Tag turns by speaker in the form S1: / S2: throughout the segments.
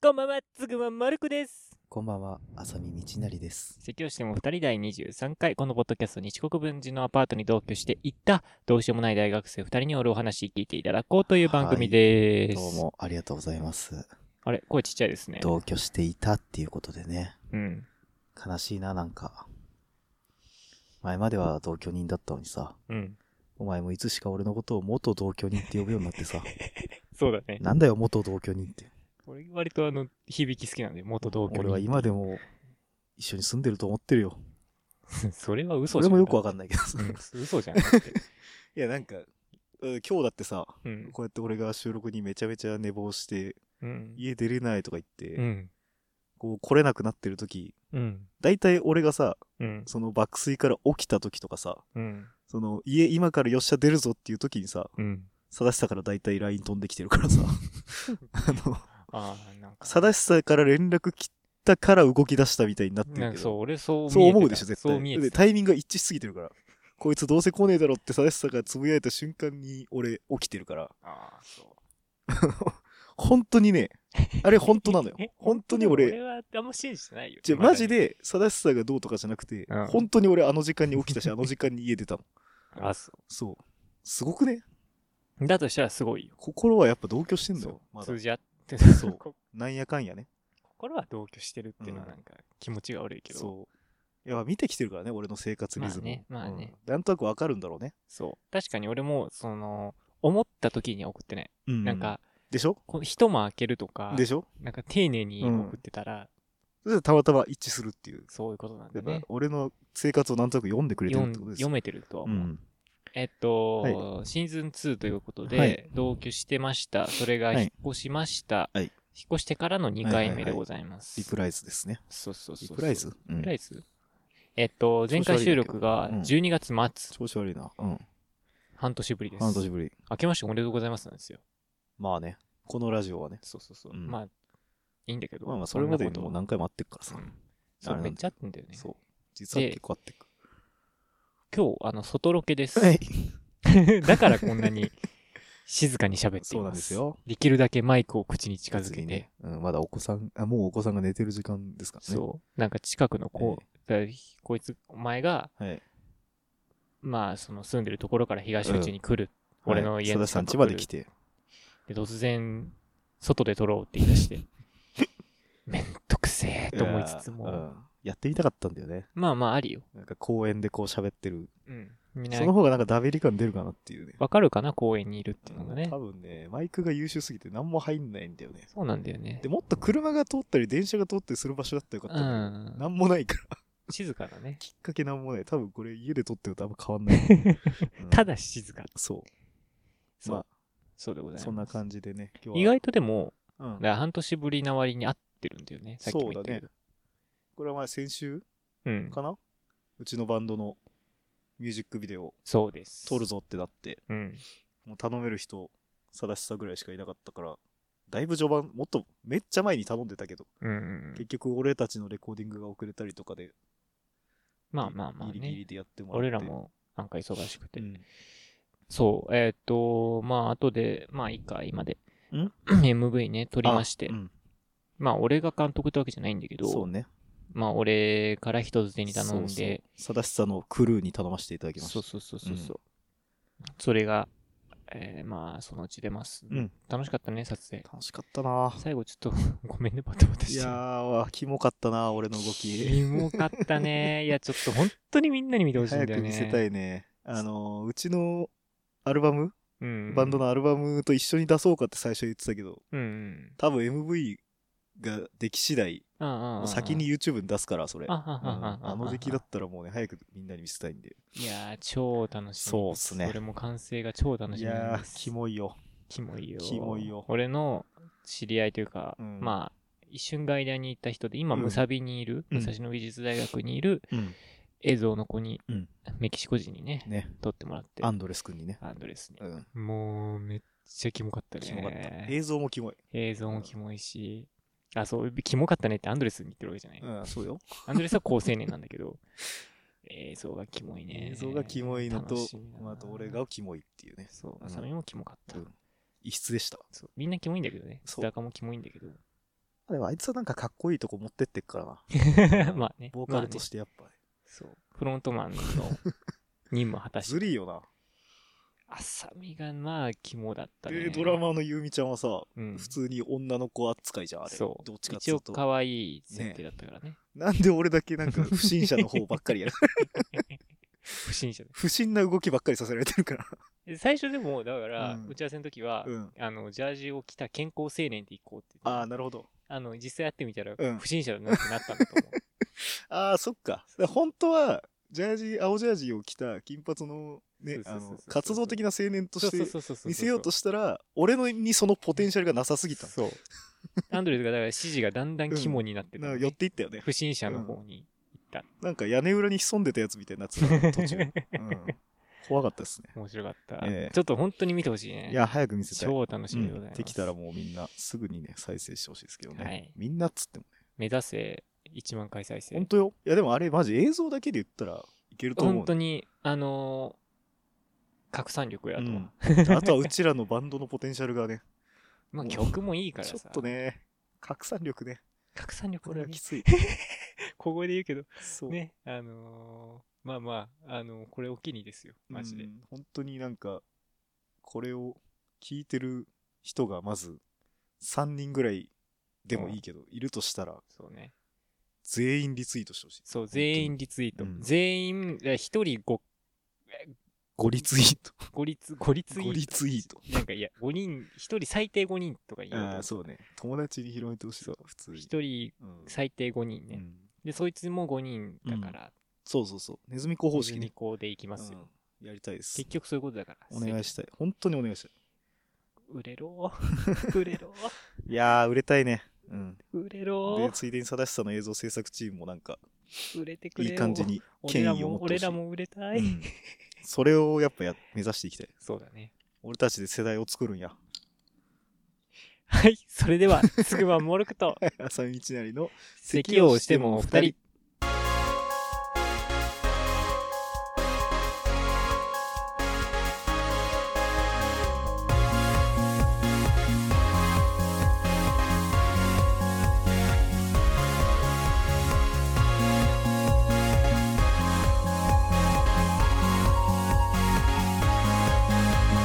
S1: こんばんは、つぐままるくです。
S2: こんばんは、浅見道成です。
S1: 説教しても二人第23回、このポッドキャストに四国分寺のアパートに同居していった、どうしようもない大学生二人におるお話聞いていただこうという番組です。
S2: どう。もありがとうございます。
S1: あれ、声ちっちゃいですね。
S2: 同居していたっていうことでね、
S1: うん。
S2: 悲しいな、なんか。前までは同居人だったのにさ、
S1: うん。
S2: お前もいつしか俺のことを元同居人って呼ぶようにな ってさ、
S1: そうだね。
S2: なんだよ、元同居人って。
S1: 俺割とあの、響き好きなんで、元同居人。
S2: 俺は今でも一緒に住んでると思ってるよ。
S1: それは嘘
S2: そ
S1: じゃ
S2: れ
S1: ん。
S2: もよくわかんないけどさ。
S1: うん
S2: い
S1: 嘘じゃん。だって
S2: や、なんか、うん今日だってさ、
S1: うん。
S2: こうやって俺が収録にめちゃめちゃ寝坊して、
S1: うん。
S2: 家出れないとか言って、
S1: うん。
S2: こう来れなくなってる時、
S1: うん。
S2: 大体俺がさ、
S1: うん。
S2: その爆睡から起きた時とかさ、
S1: うん。
S2: その家今からよっしゃ出るぞっていう時にさ、
S1: うん。
S2: 正しさから大体 LINE 飛んできてるか らさ、あの、
S1: ああ、なんか。
S2: 正しさから連絡切ったから動き出したみたいになって
S1: な
S2: る
S1: ん
S2: け
S1: かそう、
S2: ど、
S1: 俺そう見えてた
S2: そう思うでしょ、絶対。
S1: そう見えて
S2: で
S1: た
S2: タイミングが一致しすぎてるから。こいつどうせ来ねえだろって正しさがつぶやいた瞬間に俺起きてるから。
S1: ああ、そう。
S2: 本当にね、あれ本当なの よ
S1: え。
S2: 本当に
S1: 俺
S2: 俺、
S1: はあんま信じてないよ。
S2: じゃあマジ。で正しさがどうとかじゃなくて、
S1: うん
S2: 本当に俺あの時間に起きたし、あの時間に家出たの。
S1: あ、そ
S2: そう。すごくね
S1: う。だとしたらすごいよ。
S2: 心はやっぱ同居してんだ
S1: そ
S2: よ
S1: う。
S2: まだ
S1: 通。じ合って
S2: そう
S1: こ
S2: なんやかんやね。
S1: 心は同居してるっていうのはなんか気持ちが悪いけど。
S2: そう。いや、見てきてるからね、俺の生活リズムを。
S1: まあねまあね
S2: うんなんとなくわかるんだろうね。
S1: そう。確かに俺も、その、思った時には送ってない。
S2: う
S1: なん、か、
S2: でしょ
S1: こう一間開けるとか、
S2: でしょ
S1: なんか丁寧に
S2: うん
S1: 送ってたら、
S2: そしたらたまたま一致するっていう。
S1: そういうことなん
S2: や
S1: だ
S2: っぱ
S1: ね。
S2: 俺の生活をなんとなく読んでくれてる
S1: 読
S2: っ
S1: ん
S2: てことです
S1: 読
S2: よ。
S1: めてるとは
S2: う
S1: 思う。
S2: ん。
S1: えっと、
S2: は
S1: シーズン2ということで、
S2: はい
S1: 同居してました。それが
S2: はい
S1: 引っ越しました。
S2: はい
S1: 引っ越してからの2回目でございます。
S2: リプライズですね。
S1: そうそうそう
S2: リ
S1: そう。
S2: プライズう
S1: リ
S2: ん
S1: プライズえっと、前回収録が
S2: うん
S1: 12月末、
S2: 調子悪いな。うん。
S1: 半年ぶりです。
S2: 半年ぶり。
S1: 明けましておめでとうございますなんですよ。
S2: まあね。このラジオはね。
S1: そうそうそう。
S2: うん
S1: まあ、いいんだけど。
S2: まあまあ、それまで
S1: んな
S2: にも
S1: こと
S2: う何回も会ってるからさ
S1: う。んそう、
S2: あれなん
S1: め
S2: だ
S1: っちゃあったんだよね。
S2: そう。実は結構会ってく。
S1: 今日、あの、外ロケです。
S2: はい。
S1: だからこんなに静かに喋っています。
S2: そうなんですよ。
S1: できるだけマイクを口に近づけ
S2: 次
S1: て、
S2: ね。うん、まだお子さん、あ、もうお子さんが寝てる時間ですからね。
S1: そう。なんか近くのこう、だからこいつ、お前が、
S2: う。はい。
S1: まあ、その住んでるところから東口に来る。俺の家
S2: の
S1: の
S2: さん
S1: 近
S2: 家
S1: く
S2: まで来て。
S1: で、突然、外で撮ろうって言い出 して、めんどくせえと思いつつも、
S2: うんやってみたかったんだよね。
S1: まあまあありよ。
S2: なんか公園でこう喋ってる。
S1: うん。みんな
S2: そ、の方がなんかダベリ感出るかなっていうね。
S1: わかるかな公園にいるっていうのがね
S2: 多。分ね、マイクが優秀すぎて何も入んないんだよね。
S1: そうなんだよね
S2: で。もっと車が通ったり電車が通ったりする場所だったらよ
S1: う
S2: かったんだけど、
S1: ん。
S2: 何もないから。
S1: 静かだね。
S2: きっかけ何もない。多分これ家で撮ってるとあんま変わんない。うん
S1: ただ静か。
S2: そ
S1: そう。
S2: まあ。
S1: そうでございうます。
S2: そんな感じでね、今日は。
S1: 意外とでも、
S2: うん
S1: だから半年ぶりな割に合ってるんだよね。さっきも
S2: そう
S1: 言
S2: だ
S1: ったけ
S2: ね
S1: ど。。
S2: これは前先週
S1: うん。
S2: かな、うちのバンドのミュージックビデオ
S1: そうです。
S2: 撮る。ぞってなって、
S1: うん。
S2: もう頼める人、正しさぐらいしかいなかったから、だいぶ序盤、もっとめっちゃ前に頼んでたけど、
S1: うんうんうん。
S2: 結局俺たちのレコーディングが遅れたりとかで、
S1: まあまあまあ
S2: ギリギ
S1: ね。
S2: リでやってもらって。
S1: 俺らもなんか忙しくて
S2: う。ん。
S1: そう、えーっ、と、まあ、後で、まあ、いいか、今で。
S2: ん
S1: MV ね、撮りまして。
S2: うん
S1: まあ、俺が監督ってわけじゃないんだけ
S2: そ
S1: ど
S2: う、ね。
S1: まあ、俺から人づてに頼んで、
S2: そうそう正しさのクルーに頼ませていただきまし
S1: そ
S2: た。
S1: うそうそうそうそう。それが、えーまあ、そのうち出ます。
S2: うん
S1: 楽しかったね、撮影。
S2: 楽しかったなぁ
S1: 最後、ちょっと、 ごめんね、バタバタ
S2: い
S1: して。
S2: やー、キモかったなぁ俺の動き。
S1: キモかったね。いや、ちょっと本当にみんなに見てほしいん
S2: 早
S1: だよ
S2: く
S1: ね。
S2: 見せた
S1: い。
S2: いね。あのー、うちのアルバム
S1: うん。
S2: バンド。のアルバムと一緒に出そうかって最初言ってたけど、
S1: うんうん。
S2: 多分 MV ができ次第、
S1: あああ
S2: も
S1: あ
S2: う先に。YouTube に出すから、それ。
S1: あ
S2: うん
S1: ああああ
S2: あの出来だったらもうね、早くみんなに見せたいんで。
S1: いやー、超楽しみ。
S2: そうっすね
S1: 俺も完成が超楽
S2: い
S1: しみなん
S2: や
S1: で
S2: ー、
S1: す。
S2: キモいよ。
S1: キモいよ。
S2: キモいよ
S1: 俺の知り合いというか、
S2: うん
S1: まあ、一瞬外大に行った人で、今、
S2: うん
S1: ムサビにいる、
S2: うん
S1: 武蔵野美術大学にいる
S2: うん。
S1: 映像の子に、
S2: うん
S1: メキシコ人にね、
S2: ね。
S1: 撮ってもらって、
S2: ア
S1: ア
S2: ンドレス君にね。
S1: ンドレスに
S2: う。ん。
S1: もう、めっちゃキモかったね。
S2: キモかった。映像もキモい。
S1: 映像もキモいし、あ、そう、キモかったねってアンドレスに言ってるわけじゃない。
S2: うん、そうよ。
S1: アンドレスは高青年なんだけど、 映像がキモいね。
S2: 映像がキモいのと
S1: 楽しみだ、な
S2: まあ、あと俺がキモいっていうね。
S1: そう、
S2: うん
S1: サメもキモかった。
S2: うん異質でした。
S1: そうみんなキモいんだけどね。
S2: そ
S1: 津
S2: う
S1: 高もキモいんだけど。
S2: でもあいつはなんかかっこいいとこ持ってってっから な。
S1: まあね。
S2: ボーカル
S1: まあ
S2: と
S1: ね
S2: してやっぱ、
S1: そう。フロントマンの任務を果た し
S2: ず
S1: て。
S2: りいよな。
S1: 浅見がまあ肝だったね。
S2: で、ドラマーのゆうみちゃんはさ、
S1: うん。
S2: 普通に女の子扱いじゃん、あれ。
S1: そう。
S2: どっちかって
S1: 一
S2: い
S1: 応
S2: うと。
S1: 可愛い設定だったからね。
S2: なんで俺だけなんか 不審者の方ばっかりやる。
S1: 不審者で
S2: 不審な動きばっかりさせられてるから。
S1: で最初でも、だから、
S2: うん
S1: 打ち合わせの時は、
S2: うん。
S1: あの、ジャージを着た健康青年で行こうって言って
S2: ああ、なるほど。
S1: あの、実際会ってみたら
S2: うん、
S1: 不審者だなってなったんだと思う。
S2: ああ、そっか。だから本当は、ジャージ、青ジャージを着た金髪のね、
S1: そうそうそ
S2: あ
S1: うそう
S2: の、活動的な青 年とし
S1: そう
S2: て
S1: そうそうそう。
S2: 見せようとしたら、俺のにそのポテンシャルがなさすぎた。
S1: そう。アンドレスがだから指示がだんだん肝になってた
S2: な
S1: のね、
S2: 寄っていったよね。
S1: 不審者の方に行った。
S2: なんか屋根裏に潜んでたやつみたいになって たから途中。 うん。怖かったですね。
S1: 面白かった、
S2: ええ
S1: ちょっと本当に見てほしいね。
S2: いや、早く見せたい。
S1: 超楽しみでございます。
S2: できたらもうみんなすぐにね、再生してほしいですけどね。
S1: はい
S2: みんなっつってもね。
S1: 目指せ1万回再生。
S2: 本当よ。いや、でもあれマジ映像だけで言ったらいけると思う。
S1: 本当に、あのー拡散力やと、
S2: うんあとはうちらのバンドのポテンシャ ルがね、
S1: まあ
S2: もう
S1: 曲もいいから
S2: ち
S1: さ。
S2: ょっとね、拡散力ね。
S1: 拡散力
S2: こ
S1: これは
S2: れ は
S1: ね
S2: きつい。
S1: 小声で言うけど、
S2: そう。
S1: ね、あのーまあまあ、あのーこれお気にですよ、マジで
S2: う。ん本当になんか、これを聞いてる人がまず3人ぐらいでもいいけど、いるとしたら
S1: そうね。
S2: 全員リツイートしてほしい。
S1: そう、全員リツイート。
S2: うん
S1: 全員、え一人5、
S2: 5リツイ ート。
S1: 5リツ、5リツイート。
S2: 5リツイート。
S1: なんかいや、5人、一人最低5人とか言う
S2: ああ、
S1: と。
S2: そうね。友達に広めてほしい。普通に。
S1: 一人
S2: うん
S1: 最低5人ね。
S2: うん
S1: で、そいつも5人だから、
S2: そうそうそう。ネズミ子方式
S1: に
S2: ね。
S1: こうでいきますよ。
S2: うんやりたいです
S1: 結。局そういうことだから。
S2: お願いしたい。本当にお願いしたい。
S1: 売れろ。 売れろ。
S2: いやー、売れたいね。うん。
S1: 売れ
S2: で、
S1: ろ。
S2: ついでに正しさんの映像制作チームもなんか、
S1: 売れてく
S2: い
S1: れよ。
S2: い感じに
S1: 俺ら
S2: 権威を持
S1: も
S2: っ、て
S1: 俺
S2: ほしい。
S1: らも売れたい。
S2: うんそれをやっぱや目指していきたい。
S1: そうだね。
S2: 俺たちで世代を作るんや。
S1: はい。それでは、つくばもろくと、
S2: 浅見道成の
S1: 咳をしてもお二人。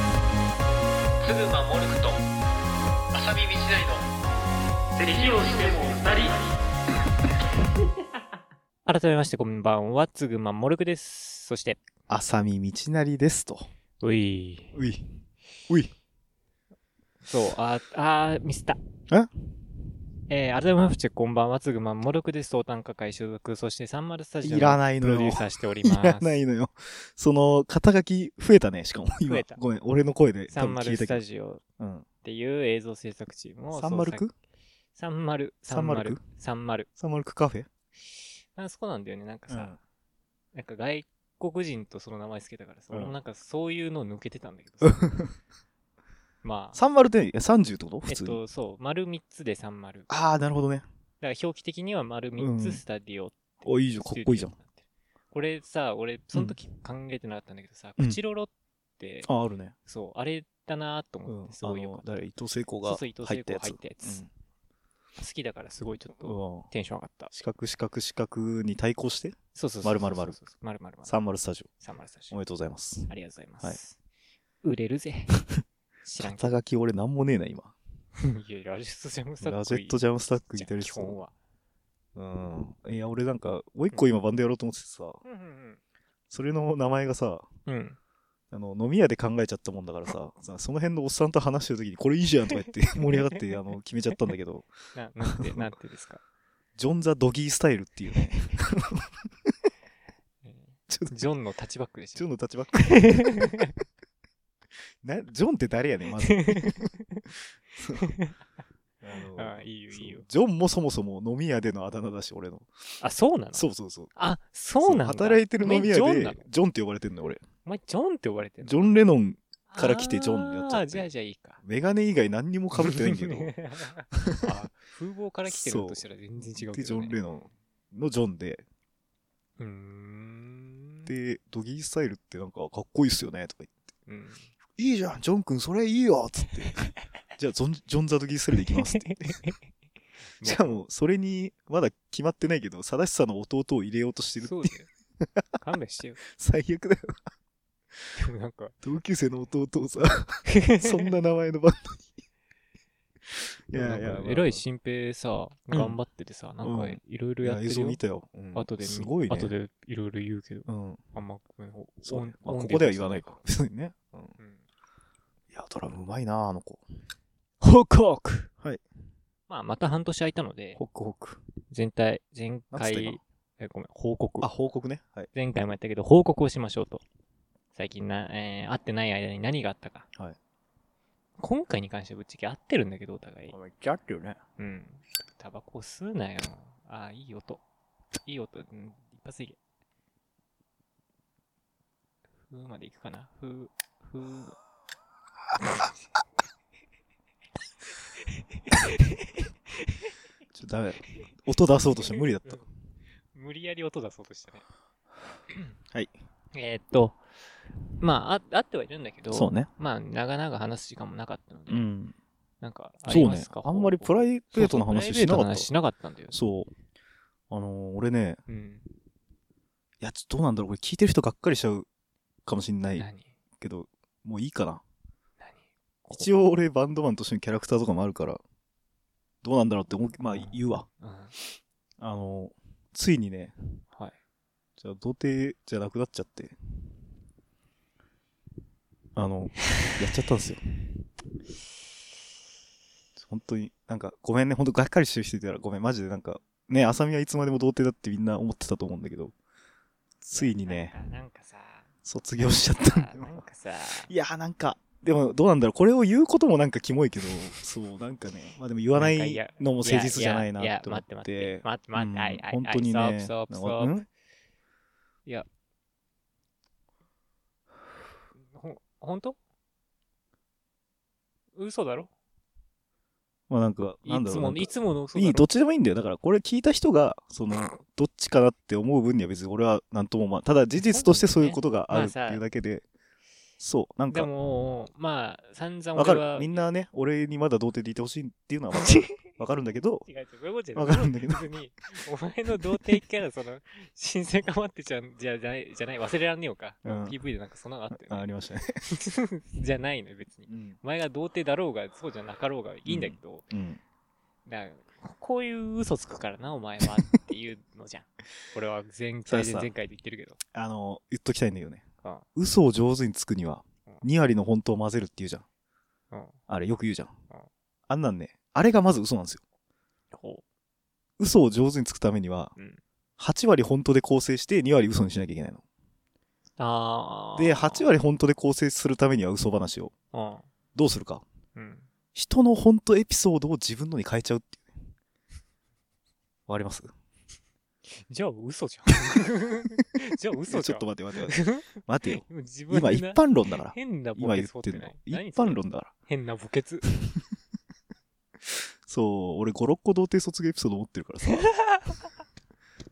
S3: すぐ守ること浅見道大の咳をしても二人
S1: 改めまして、こんばんは。つぐまもろくです。そして、
S2: 浅見道成ですと。
S1: うい。
S2: うい。うい。
S1: そう、あー、あーミスった。
S2: え
S1: えー、改めまして、こんばんは。つぐまもろくです。相談会所属、そして、サンマルスタジオ
S2: いらない
S1: プ
S2: の
S1: ロデュ
S2: よ
S1: ー。サーしており
S2: い
S1: ます。
S2: らないのよ。その、肩書き増えたね、しかも。今
S1: 増えた
S2: ごめん、俺の声で
S1: サ
S2: 多
S1: ン
S2: 分
S1: マ
S2: 消
S1: ル
S2: えた
S1: ス
S2: け
S1: タ
S2: ど。
S1: ジオっ
S2: うん。
S1: ていう映像制作チームを。
S2: サンマル
S1: 創
S2: ク
S1: 作サンマル、
S2: サンマルク
S1: サンマル。
S2: サンマルクカフェ
S1: あそこなんだよね、なんか
S2: う
S1: さ、
S2: ん
S1: なんか外国人とその名前つけたからさ、
S2: うん
S1: 俺もなんかそういうの抜けてたんだけどさ。まあ、
S2: サンマルっていや30ってこと
S1: え
S2: 普
S1: っ
S2: 通に。
S1: と、そう、丸3つで3丸。だか
S2: ああ、なるほどね。
S1: ら表記的には丸3
S2: うん
S1: つスタディオって。
S2: おいいじゃんかっこいいじゃん
S1: スタディオになってる。これさ、俺、その時考えてなかったんだけどさ、
S2: うん
S1: 口ロロって、
S2: ああ、あるね。
S1: そう、あれだなと思って、す
S2: あ
S1: ごいよか
S2: の
S1: っ、た。
S2: 誰、伊藤聖子
S1: そう
S2: が
S1: そう
S2: 入
S1: 伊藤聖子
S2: ったやつ。
S1: 入ったやつ好きだからすごいちょっ
S2: う
S1: と
S2: んうん
S1: テンション上がった。
S2: 四角四角四角に対抗して、
S1: そうそうそう。
S2: 丸々丸
S1: そうそうそう。丸々丸。
S2: サンマルスタジ
S1: サンマルスタジ
S2: オ。
S1: オ
S2: おめでとうございます。
S1: ありがとうございます。売れる ぜ。知らんけ
S2: 肩書き俺なんもねえな、今。
S1: ど。いや、ラジェットジャムスタック。
S2: ラジェットジャムスタックギタリス
S1: 基本
S2: ト。
S1: は。
S2: うん。いや、俺なんか、もう一個今バンドやろうと思っててさ、
S1: うんうん
S2: それの名前がさ、
S1: うん。うん。
S2: あの、飲み屋で考えちゃったもんだか らさ、さその辺のおっさんと話してる時に、これいいじゃんとか言って盛り上がって、あの、決めちゃったんだけど、
S1: な、なんて、なんてです か。
S2: ジョン・ザ・ドギースタイルってい うね、
S1: うん
S2: ちょっと、
S1: ジョンのタッチバックでし
S2: ジョ
S1: ょ
S2: ン。の立場な、ジョンって誰やねん、まず。あの
S1: ああ、いいよ、いいよ
S2: そう。ジョンもそもそも飲み屋でのあだ名だし、俺の。
S1: あ、そうなの
S2: そうそうそう。
S1: あ、そうなんだ。
S2: 働いてる飲み屋
S1: お前ジョンなの
S2: で、ジョンって呼ばれてんの、俺。
S1: お前、ジョンって呼ばれてる
S2: ジョン・レノン、から来てジョンになっちゃって
S1: あーじゃあ、じゃあいいか。
S2: メガネ以外何にも被ってないん だけど、
S1: あ、風貌から来てるとしたら全然違うけ
S2: で、ジ
S1: ど、
S2: ョン・レ
S1: ね。
S2: ノンのジョンで、
S1: うーん。
S2: で、ドギースタイルってなんかかっこいいっすよね、とか言って。
S1: うん、
S2: いい じゃん、ジョン君、それいいよっつって。じゃあ、ジョン・ジョンザ・ドギースタイルでいきますって。しかも、それに、まだ決まってないけど、正しさんの弟を入れようとしてるって
S1: そう
S2: いう、
S1: だよ。勘弁 してよ。
S2: 最悪だよな。
S1: でもなんか、
S2: 同級生の弟 をさ、そんな名前のバンドに。いやいや、
S1: えらい新平さ、
S2: うん
S1: 頑張っててさ、なんか
S2: うん
S1: いろいろ
S2: い
S1: やっ
S2: や
S1: て
S2: 映
S1: る
S2: 像
S1: よ
S2: 見。たよ。うん
S1: 後で見、
S2: すごいね。
S1: 後でいろいろ言うけど、
S2: うん。
S1: あんま、ごめん
S2: そう
S1: オン
S2: ねまあ
S1: オン
S2: こ
S1: で
S2: こでは言わないか。別に ね。うん
S1: うん
S2: いや、ドラムうまいな、あの子。
S1: 報告
S2: はい。
S1: まあ、また半年空いたので、
S2: ホクホク。
S1: 全体、前
S2: なんつった今
S1: 回、えごめん、報告
S2: あ、。報告ね。はい。
S1: 前回もやったけど、報告をしましょうと。最近な、えー会ってない間に何があったか。
S2: はい
S1: 今回に関してはぶっちゃけ合ってるんだけど、お互い。
S2: めっちゃあってるね。
S1: うん。タバコ吸うなよ。あー、いい音。いい音。うん、一発いけ。ふーまでいくかな。ふー、ふー。
S2: ちょっとダメだ。音出そうとして無理だった。
S1: 無理やり音出そうとしたね。
S2: はい。
S1: えーっと、まあ、あ、あってはいるんだけど、
S2: そうね。
S1: まあ、長々話す時間もなかったので、
S2: うん。
S1: なんか、あ
S2: そ
S1: り
S2: う
S1: ま
S2: ね
S1: すか。
S2: あんまりプラ
S1: イ
S2: イベートな話しなかった。
S1: しなかったんだよ。
S2: そう。あのー、俺ね、
S1: うん。
S2: いや、ちょっとどうなんだろう。これ聞いてる人がっかりしちゃうかもしんない
S1: 何
S2: けど、もういいかな。
S1: 何
S2: 一応俺バンドマンとしてのキャラクターとかもあるから、どうなんだろうって思う、まあ言うわ。
S1: うん。
S2: あのー、ついにね、
S1: はい。
S2: じゃあ童貞じゃなくなっちゃって、あの、やっちゃったんですよ。本当に、なんか、ごめんね、本当がっかりしてる人いたらごめん、マジでなんか、ね、浅見はいつまでも童貞だってみんな思ってたと思うんだけど、ついにね、
S1: なんか。なんかさ、
S2: 卒業しちゃったんだ
S1: あ
S2: よ
S1: な。んかさ、
S2: いやーなんか、でもどうなんだろう、これを言うこともなんかキモいけど、そう、なんかね、まあでも言わな
S1: なんかいや
S2: いのも誠実じゃないな
S1: や
S2: って思っ
S1: や
S2: て、
S1: 待って
S2: う
S1: 待っ
S2: ん
S1: て、待って、はい、
S2: 本当に
S1: はい、
S2: ね、
S1: ストップ、スト
S2: なんか
S1: ッ
S2: う
S1: プ、ス
S2: ん
S1: トップ。ほ、ほんと嘘だろ
S2: まあなんか、
S1: い
S2: なんだ
S1: つ
S2: ろう
S1: もの、
S2: なんか
S1: い。つもの嘘だろ
S2: いい、どっちでもいいんだよ。だから、これ聞いた人が、その、どっちかなって思う分には別に俺はなんともまあ、ただ事実としてそういうことがあるっていうだけで、そう、なん
S1: で
S2: か、
S1: も、まあ、散々
S2: わか
S1: 俺
S2: る
S1: は。。
S2: みん
S1: な。
S2: なね、俺にまだ童貞でいてほしいっていうのはわかる わかるんだけ ど、
S1: 違う違う、こういうことじゃない。
S2: わかるんだけど
S1: 別に、お前の童貞キャラ、その、新鮮かまってちゃん、じゃ、じゃない、じゃない、忘れらんねえよか。
S2: うん
S1: PV でなんかそんなのあった
S2: あ
S1: よ
S2: あ
S1: ね。
S2: りましたね。
S1: じゃないのよ、別に。
S2: うん。
S1: お前が童貞だろうが、そうじゃなかろうがいいんだけど、
S2: うん。
S1: だからこういう嘘つくからな、お前はっていうの じゃん。俺は前回で
S2: さあさあ
S1: 前回で言ってるけど。
S2: あの、言っときたいんだけどね。
S1: うん
S2: 嘘を上手につくには
S1: うん、
S2: 2割の本当を混ぜるって言うじゃん。
S1: うん。
S2: あれ、よく言うじゃん
S1: うん。
S2: あんなんね、あれがまず嘘なんですよ。
S1: ほ
S2: 嘘を上手につくためには
S1: うん、
S2: 8割本当で構成して2割嘘にしなきゃいけないの。
S1: う。あー
S2: で、8。割本当で構成するためには嘘話を
S1: うん。
S2: どうするか。
S1: うん。
S2: 人の本当エピソードを自分のに変えちゃうっていうね。わかります
S1: じゃあ嘘じ ゃん。じゃあ嘘じゃん。
S2: ちょっと待って待って待って。待てよ。
S1: でも 自分
S2: 今
S1: で
S2: 一
S1: な
S2: 般論だから。
S1: 変なボ
S2: 今
S1: ケ
S2: 言
S1: 掘っ
S2: って
S1: て
S2: んの
S1: ない。。
S2: 一
S1: 何それ
S2: 般論だから。
S1: 変なボケツ。
S2: そう、俺5、6個童貞卒業エピソード持ってるか らさ。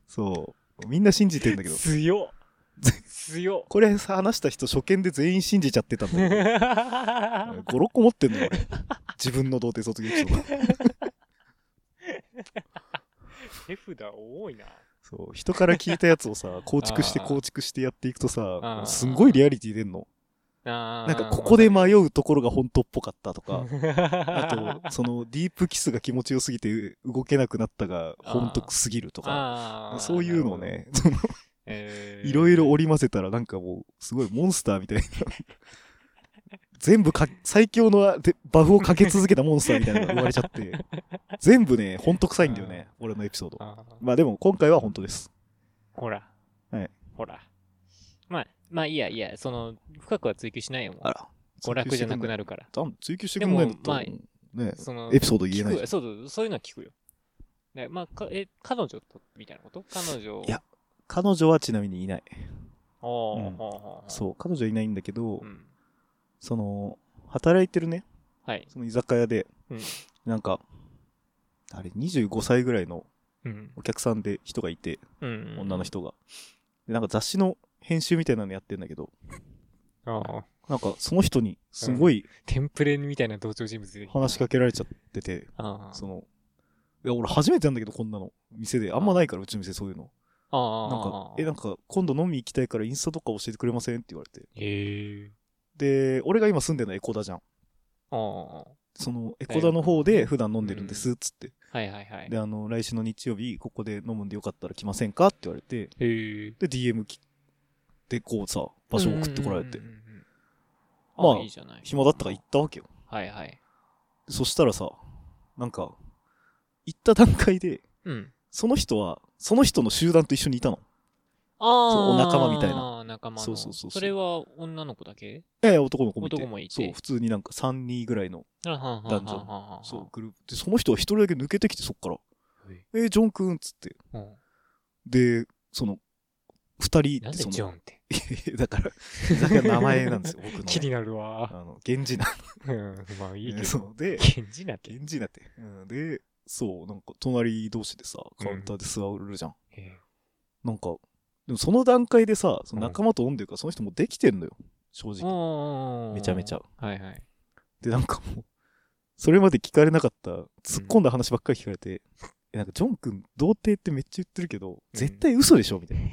S2: そう。みんな信じてんだけど。
S1: 強っ。 強っ。
S2: これさ、話した人初見で全員信じちゃってたんだけど。5、6個持ってんのよ俺。自分の童貞卒業エピソード。
S1: 手札多いな。
S2: そう、人から聞いたやつを さ、構築して
S1: あー
S2: 構築してやっていくと
S1: あ
S2: さ
S1: ー、
S2: すんごいリアリティ出んの。
S1: な
S2: なんか、ここで迷うところが本当っぽかった とか、あと、その、ディープキスが気持ちよすぎて動けなくなったが、本当すぎるとか、
S1: あー
S2: そういうのを、ね、 そのい
S1: い
S2: ろいろ織り交ぜたら、なんかもう、すごいモンスターみたいな。 全部か、最強のでバフをかけ続けたモンスターみたいなのが生まれちゃって、 全部ね、本当臭いんだよね、俺のエピソード。まあでも、今回は本当です。
S1: ほら。
S2: はい
S1: ほら。まあ、まあいいやいいや、その、深くは追求しないよ。も
S2: あ
S1: う
S2: ら。
S1: 娯楽じゃなくなるから。
S2: 多分追求してくんないんだったら
S1: で
S2: ね、
S1: その
S2: エピソード言えな
S1: 聞く
S2: いじゃ
S1: よそうそう、そういうのは聞くよ。ねまあ、かえ、彼女と、みたいなこと彼女を。
S2: いやん彼女はちなみにいない。
S1: おー
S2: うん
S1: ほうほうほ
S2: そう、彼女はいないんだけど、
S1: う。うん。
S2: その、働いてるね、
S1: はい。
S2: その居酒屋で、
S1: うん
S2: なんか、あれ、25歳ぐらいの
S1: うん。
S2: お客さんで人がいて、
S1: うん。
S2: 女の。人が。で、なんか雑誌の編集みたいなのやってんだけど、
S1: ああ。
S2: なんかその人にすごい
S1: テンプレみたいな同調人物で。
S2: 話しかけられちゃってて、
S1: ああ。
S2: その、いや、俺初めてなんだけど、こんなの。店で。あんまないから、うちの店そういうの。
S1: ああ。
S2: なんか、え、なんか、今度飲み行きたいからインスタとか教えてくれませんって言われて。
S1: へえ。
S2: で、俺が今住んでるのはエコダじゃん。
S1: ああ。
S2: その、エコダの方で普段飲んでるんです、つって。
S1: はいはいはい。
S2: で、あの、来週の日曜日、ここで飲むんでよかったら来ませんかって言われて。
S1: へえ。
S2: で、DM きで、こうさ、場所送ってこられて
S1: うん。うんうんうん。
S2: まあ
S1: あいいじゃない。
S2: 暇だったから行ったわけよ。
S1: はいはい。
S2: そしたらさ、なんか、行った段階で、
S1: うん。
S2: その人は、その人の集団と一緒にいたの。
S1: ああ。
S2: そうお仲間みたいな。
S1: 仲間の。
S2: そうそうそうそう
S1: それは女の子だけ
S2: ええ、男の子もいて。
S1: 男もいて
S2: そう、普通になんか3、人ぐらいの、
S1: あはんはんはんはんはんはん
S2: そう、グループ。で、その人は一人だけ抜けてきて、そっから。
S1: はい
S2: えー、ジョンくんっつって。
S1: うん。
S2: で、その、二人
S1: なんで
S2: その
S1: ジョンって。
S2: いや だから、だから名前なんで すよ、僕のね。
S1: なるわ。
S2: あの、源氏名。
S1: うん。まあいいけ
S2: そ
S1: ど。
S2: う、で、
S1: 源氏なんて。
S2: 源氏名って。うん、で、そう、なんか、隣同士でさ、カウンターで座るじゃん。
S1: へえ
S2: なんか、でもその段階でさ、その仲間と飲んでるから、その人もうできてんのよ、正直。
S1: うん
S2: めちゃめちゃ。
S1: はいはい。
S2: で、なんかもう、それまで聞かれなかった、突っ込んだ話ばっかり聞かれて、えなんか、ジョン君、童貞ってめっちゃ言ってるけど、絶対嘘でしょみたいな。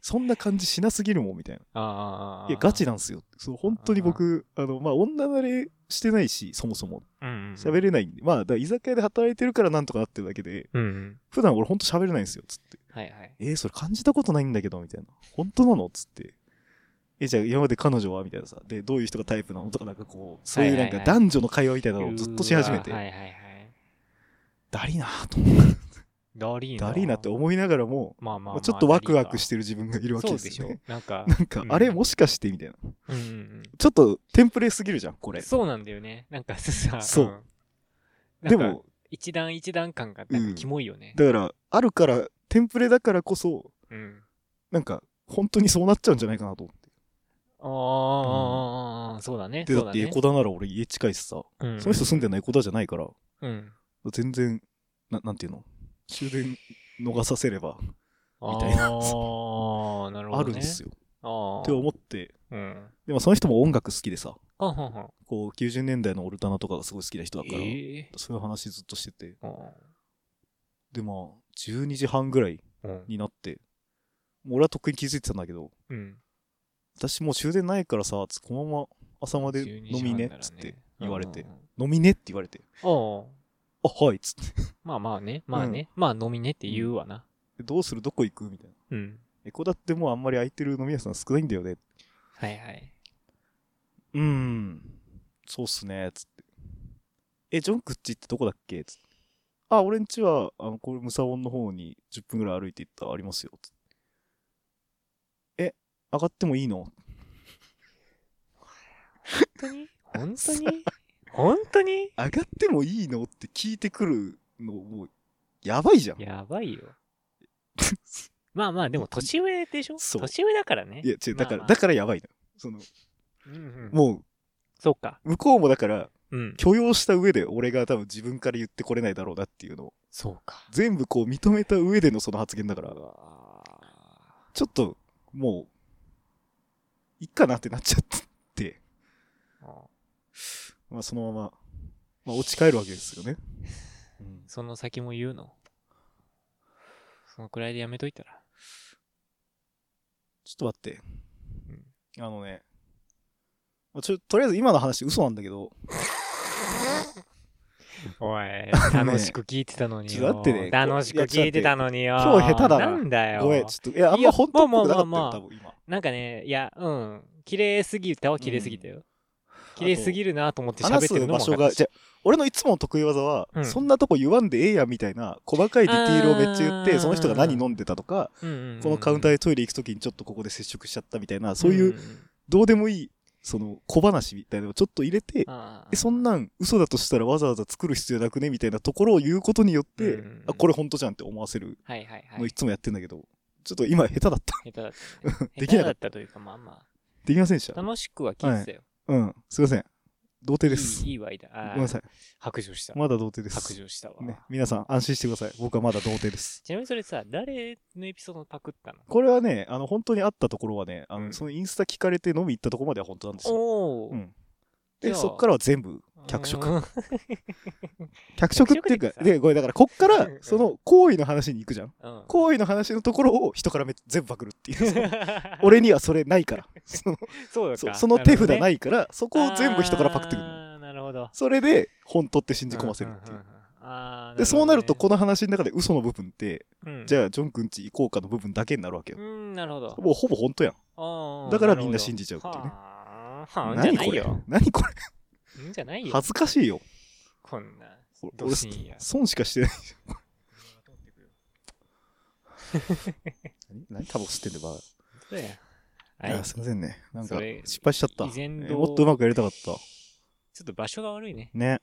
S2: そんな感じしなすぎるもん、みたいな。
S1: ああ。
S2: いや、ガチなんすよ。そう、本当に僕、あの、まあ、女慣れしてないし、そもそも。
S1: うんうん。
S2: 喋れないんで。まあ、だから居酒屋で働いてるからなんとかなってるだけで、
S1: うんうん。
S2: 普段俺ほんと喋れないんですよ、つって。
S1: はいはい。
S2: えーそれ感じたことないんだけど、みたいな。本当なのつって。えじゃあ今まで彼女はみたいなさ。で、どういう人がタイプなのとか、なんかこう、そういうなん
S1: はいは
S2: か
S1: いはい
S2: 男女の会話みたいなのをずっとし始めて
S1: うわ、はいはいはい。
S2: だりなぁと思って、
S1: ダリーナ。
S2: だりなって思いながらも、
S1: まあまあま
S2: ま
S1: あ。
S2: あちょっとワクワクしてる自分がいるわけ
S1: そう
S2: です
S1: でし
S2: よ
S1: ょ
S2: ね。。
S1: なん か、
S2: なんか
S1: う、ん
S2: あれもしかしてみたいな。
S1: うんうん
S2: ちょっとテンプレすぎるじゃん、こ
S1: う
S2: れ
S1: ん。。そうなんだよね。なんかさ、
S2: そう
S1: うん。
S2: で
S1: なんか、
S2: も、
S1: 一段一段感がなんかキモいよね。
S2: だから、あるから、テンプレだからこそ、
S1: うん。
S2: なんか、本当にそうなっちゃうんじゃないかなと思って。
S1: ああああ、そうだね。
S2: で、
S1: そう
S2: だっ
S1: だ
S2: てエ
S1: ね
S2: コ。ダなら俺家近いしさ、
S1: うん
S2: その人住んでるのエコダじゃないから、
S1: うん。
S2: 全然、ななんていうの終電逃させれば、み
S1: み
S2: たいな
S1: ああ、なるほど、ね。
S2: あるんですよ。
S1: ああ。
S2: って思って、
S1: うん。
S2: でもその人も音楽好きでさ、
S1: あはんはん。
S2: こう、90年代のオルタナとかがすごい好きな人だから、
S1: ええ
S2: そういう話ずっとしてて、
S1: あ
S2: で、まあ、12時半ぐらい
S1: あうん。
S2: になって、もう俺はとっくに気づいてたんだけど、
S1: うん。
S2: 私もう終電ないからさ、つこのまま朝まで
S1: 12
S2: 飲み
S1: 時半な
S2: ね
S1: ら、
S2: つって言われて
S1: うんう、ん
S2: 飲みねって言われて、
S1: うんああ。
S2: あ、はい、つって。
S1: まあまあね、まあね、まあ飲みねって言うわな。
S2: で どうするどこ行くみたいな。
S1: うん。
S2: エコだってもうあんまり空いてる飲み屋さん少ないんだよね。
S1: はいはい。
S2: うーん。そうっすね、つって。え、ジョンクッチってどこだっけつって。あ、俺んちは、あの、これ、ムサオンの方に10分ぐらい歩いて行ったらありますよ。つってえ、上がってもいいの
S1: 本当に本当 に本当に
S2: 上がってもいいのって聞いてくるの、もう、やばいじゃん。
S1: やば いよ。まあまあ、でも年上でしょ
S2: そう
S1: 年上だからね。
S2: いや、違う、だか
S1: まあ
S2: ら、
S1: まあ
S2: だからやばいの。その、
S1: うんうん
S2: も
S1: そうか。
S2: う、向こうもだから、
S1: うん。
S2: 許容した上で、俺が多分自分から言ってこれないだろうなっていうのを、
S1: そうか。
S2: 全部こう認めた上でのその発言だから
S1: う、わ
S2: ちょっと、もう、いっかなってなっちゃって、
S1: ーあ
S2: まあそのまま、まあ落ち帰るわけですよね。
S1: その先も言うの。そのくらいでやめといたら。
S2: ちょっと待って。あのね、まあちょ、とりあえず今の話嘘なんだけど、
S1: おい、
S2: のね
S1: 楽しく聞いてたのに
S2: ちょっ
S1: よ。
S2: と待ってね
S1: 楽しく聞いてたのによ。
S2: 今日下手だな
S1: なんだよ。
S2: ごめん、ちょっと、いや、あん
S1: いや
S2: ま本当っぽくなかったよ、
S1: まあまあまあ
S2: 多分今。
S1: なんかね、いや、うん。綺麗すぎたは綺麗すぎたよ。綺麗すぎ
S2: る
S1: るなと思って喋
S2: 話
S1: ってる
S2: す
S1: のも
S2: 場所
S1: 分か
S2: が、
S1: るし
S2: じゃあ俺のいつもの得意技は、
S1: うん
S2: そんなとこ言わんでええやみたいな、細かいディティールをめっちゃ言っ
S1: あ
S2: て、
S1: ー
S2: その人が何飲んでたとか、
S1: うんうんうん
S2: このカウンターでトイレ行くときにちょっとここで接触しちゃったみたいな、そういう、どうでもいい、その、小話みたいなのをちょっと入れて、えそん
S1: な
S2: なん嘘だとしたらわざわざ作る必要なくねみたいなところを言うことによって、
S1: うんうんうん
S2: あ、これ本当じゃんって思わせる
S1: はいはいは
S2: のい
S1: い
S2: つもやってんだけど、ちょっと今下手だった。
S1: 下手だったね 下
S2: でき
S1: 手
S2: なか
S1: だ
S2: っ
S1: ったというかまあま
S2: できませんでし
S1: あ
S2: た。
S1: 楽しくは聞いてたよ
S2: うん。すいません。童貞
S1: い
S2: です。
S1: いいいわいだ
S2: ご
S1: あ
S2: めんな
S1: ー
S2: さい。
S1: 白状した
S2: まだ童貞です。
S1: 白状したわ
S2: ね。皆さん安心してください。僕はまだ童貞です。
S1: ちなみにそれさ誰のエピソードパクったの
S2: これはね、あの、本当にあったところはね、あの、
S1: うん
S2: そのインスタ聞かれて飲み行ったところまでは本当なんですよ。
S1: お
S2: う
S1: お
S2: ん。で、そっから
S1: ら
S2: は全部脚色。
S1: うん
S2: 脚色ってい
S1: 脚色で
S2: うか、
S1: さ
S2: で、これだから、こっか
S1: う
S2: ら
S1: んうん、
S2: その行為の話に行くじゃん。
S1: うん
S2: 行為の話のところを人からめ 全部パクるっていう。俺にはそれないから。その
S1: そう
S2: そ
S1: か
S2: うその手札
S1: るほどね
S2: ないから、そこを全部人からパクってくるの。
S1: あーなるほど
S2: それで、本取って信じ込ませるってい
S1: ん
S2: うん
S1: ん。あー
S2: で、そうなると、
S1: ほ
S2: この話の中で嘘の部分って、
S1: どねうん
S2: じゃあ、ジョン君ち行こうかの部分だけになるわけよ
S1: う。んなるほど
S2: もうほぼ本当やん。
S1: あー
S2: だから
S1: るほど
S2: みんな信じちゃうっていうね
S1: はーはーんじゃ
S2: 何
S1: な
S2: こ
S1: い
S2: れ
S1: よ
S2: 何これ
S1: んじゃないよ
S2: 恥ずかしいよ。
S1: こんな
S2: 俺
S1: どしんや
S2: 損しかしてない。何 何タバコ吸ってんだよ、バ
S1: そうや
S2: カ。
S1: はいい
S2: や、すいませんね。なんか
S1: それ、
S2: 失敗しちゃった。
S1: 以前
S2: えー
S1: どう
S2: もっとうまくやりたかった。
S1: ちょっと場所が悪いね
S2: ね。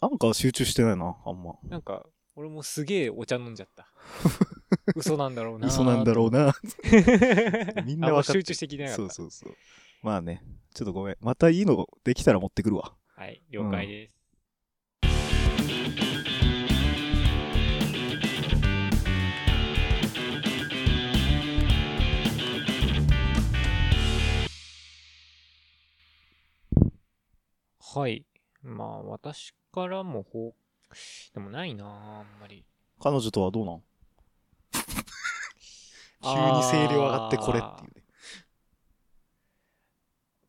S2: なんか集中してないな、あんま。
S1: なんか俺もすげえお茶飲んじゃった 嘘なんだろうなー
S2: 嘘なんだろうな。 みんな
S1: あもう
S2: 分かって
S1: 集中して聞いてなかった
S2: そうそうそう。まあね、ちょっとごめん。またいいのできたら持ってくるわ。
S1: はい了解です、はいまあ私からもほうでもないなああんまり
S2: 彼女とは どうなん急に
S1: あー
S2: 声量上がってこれっていうね。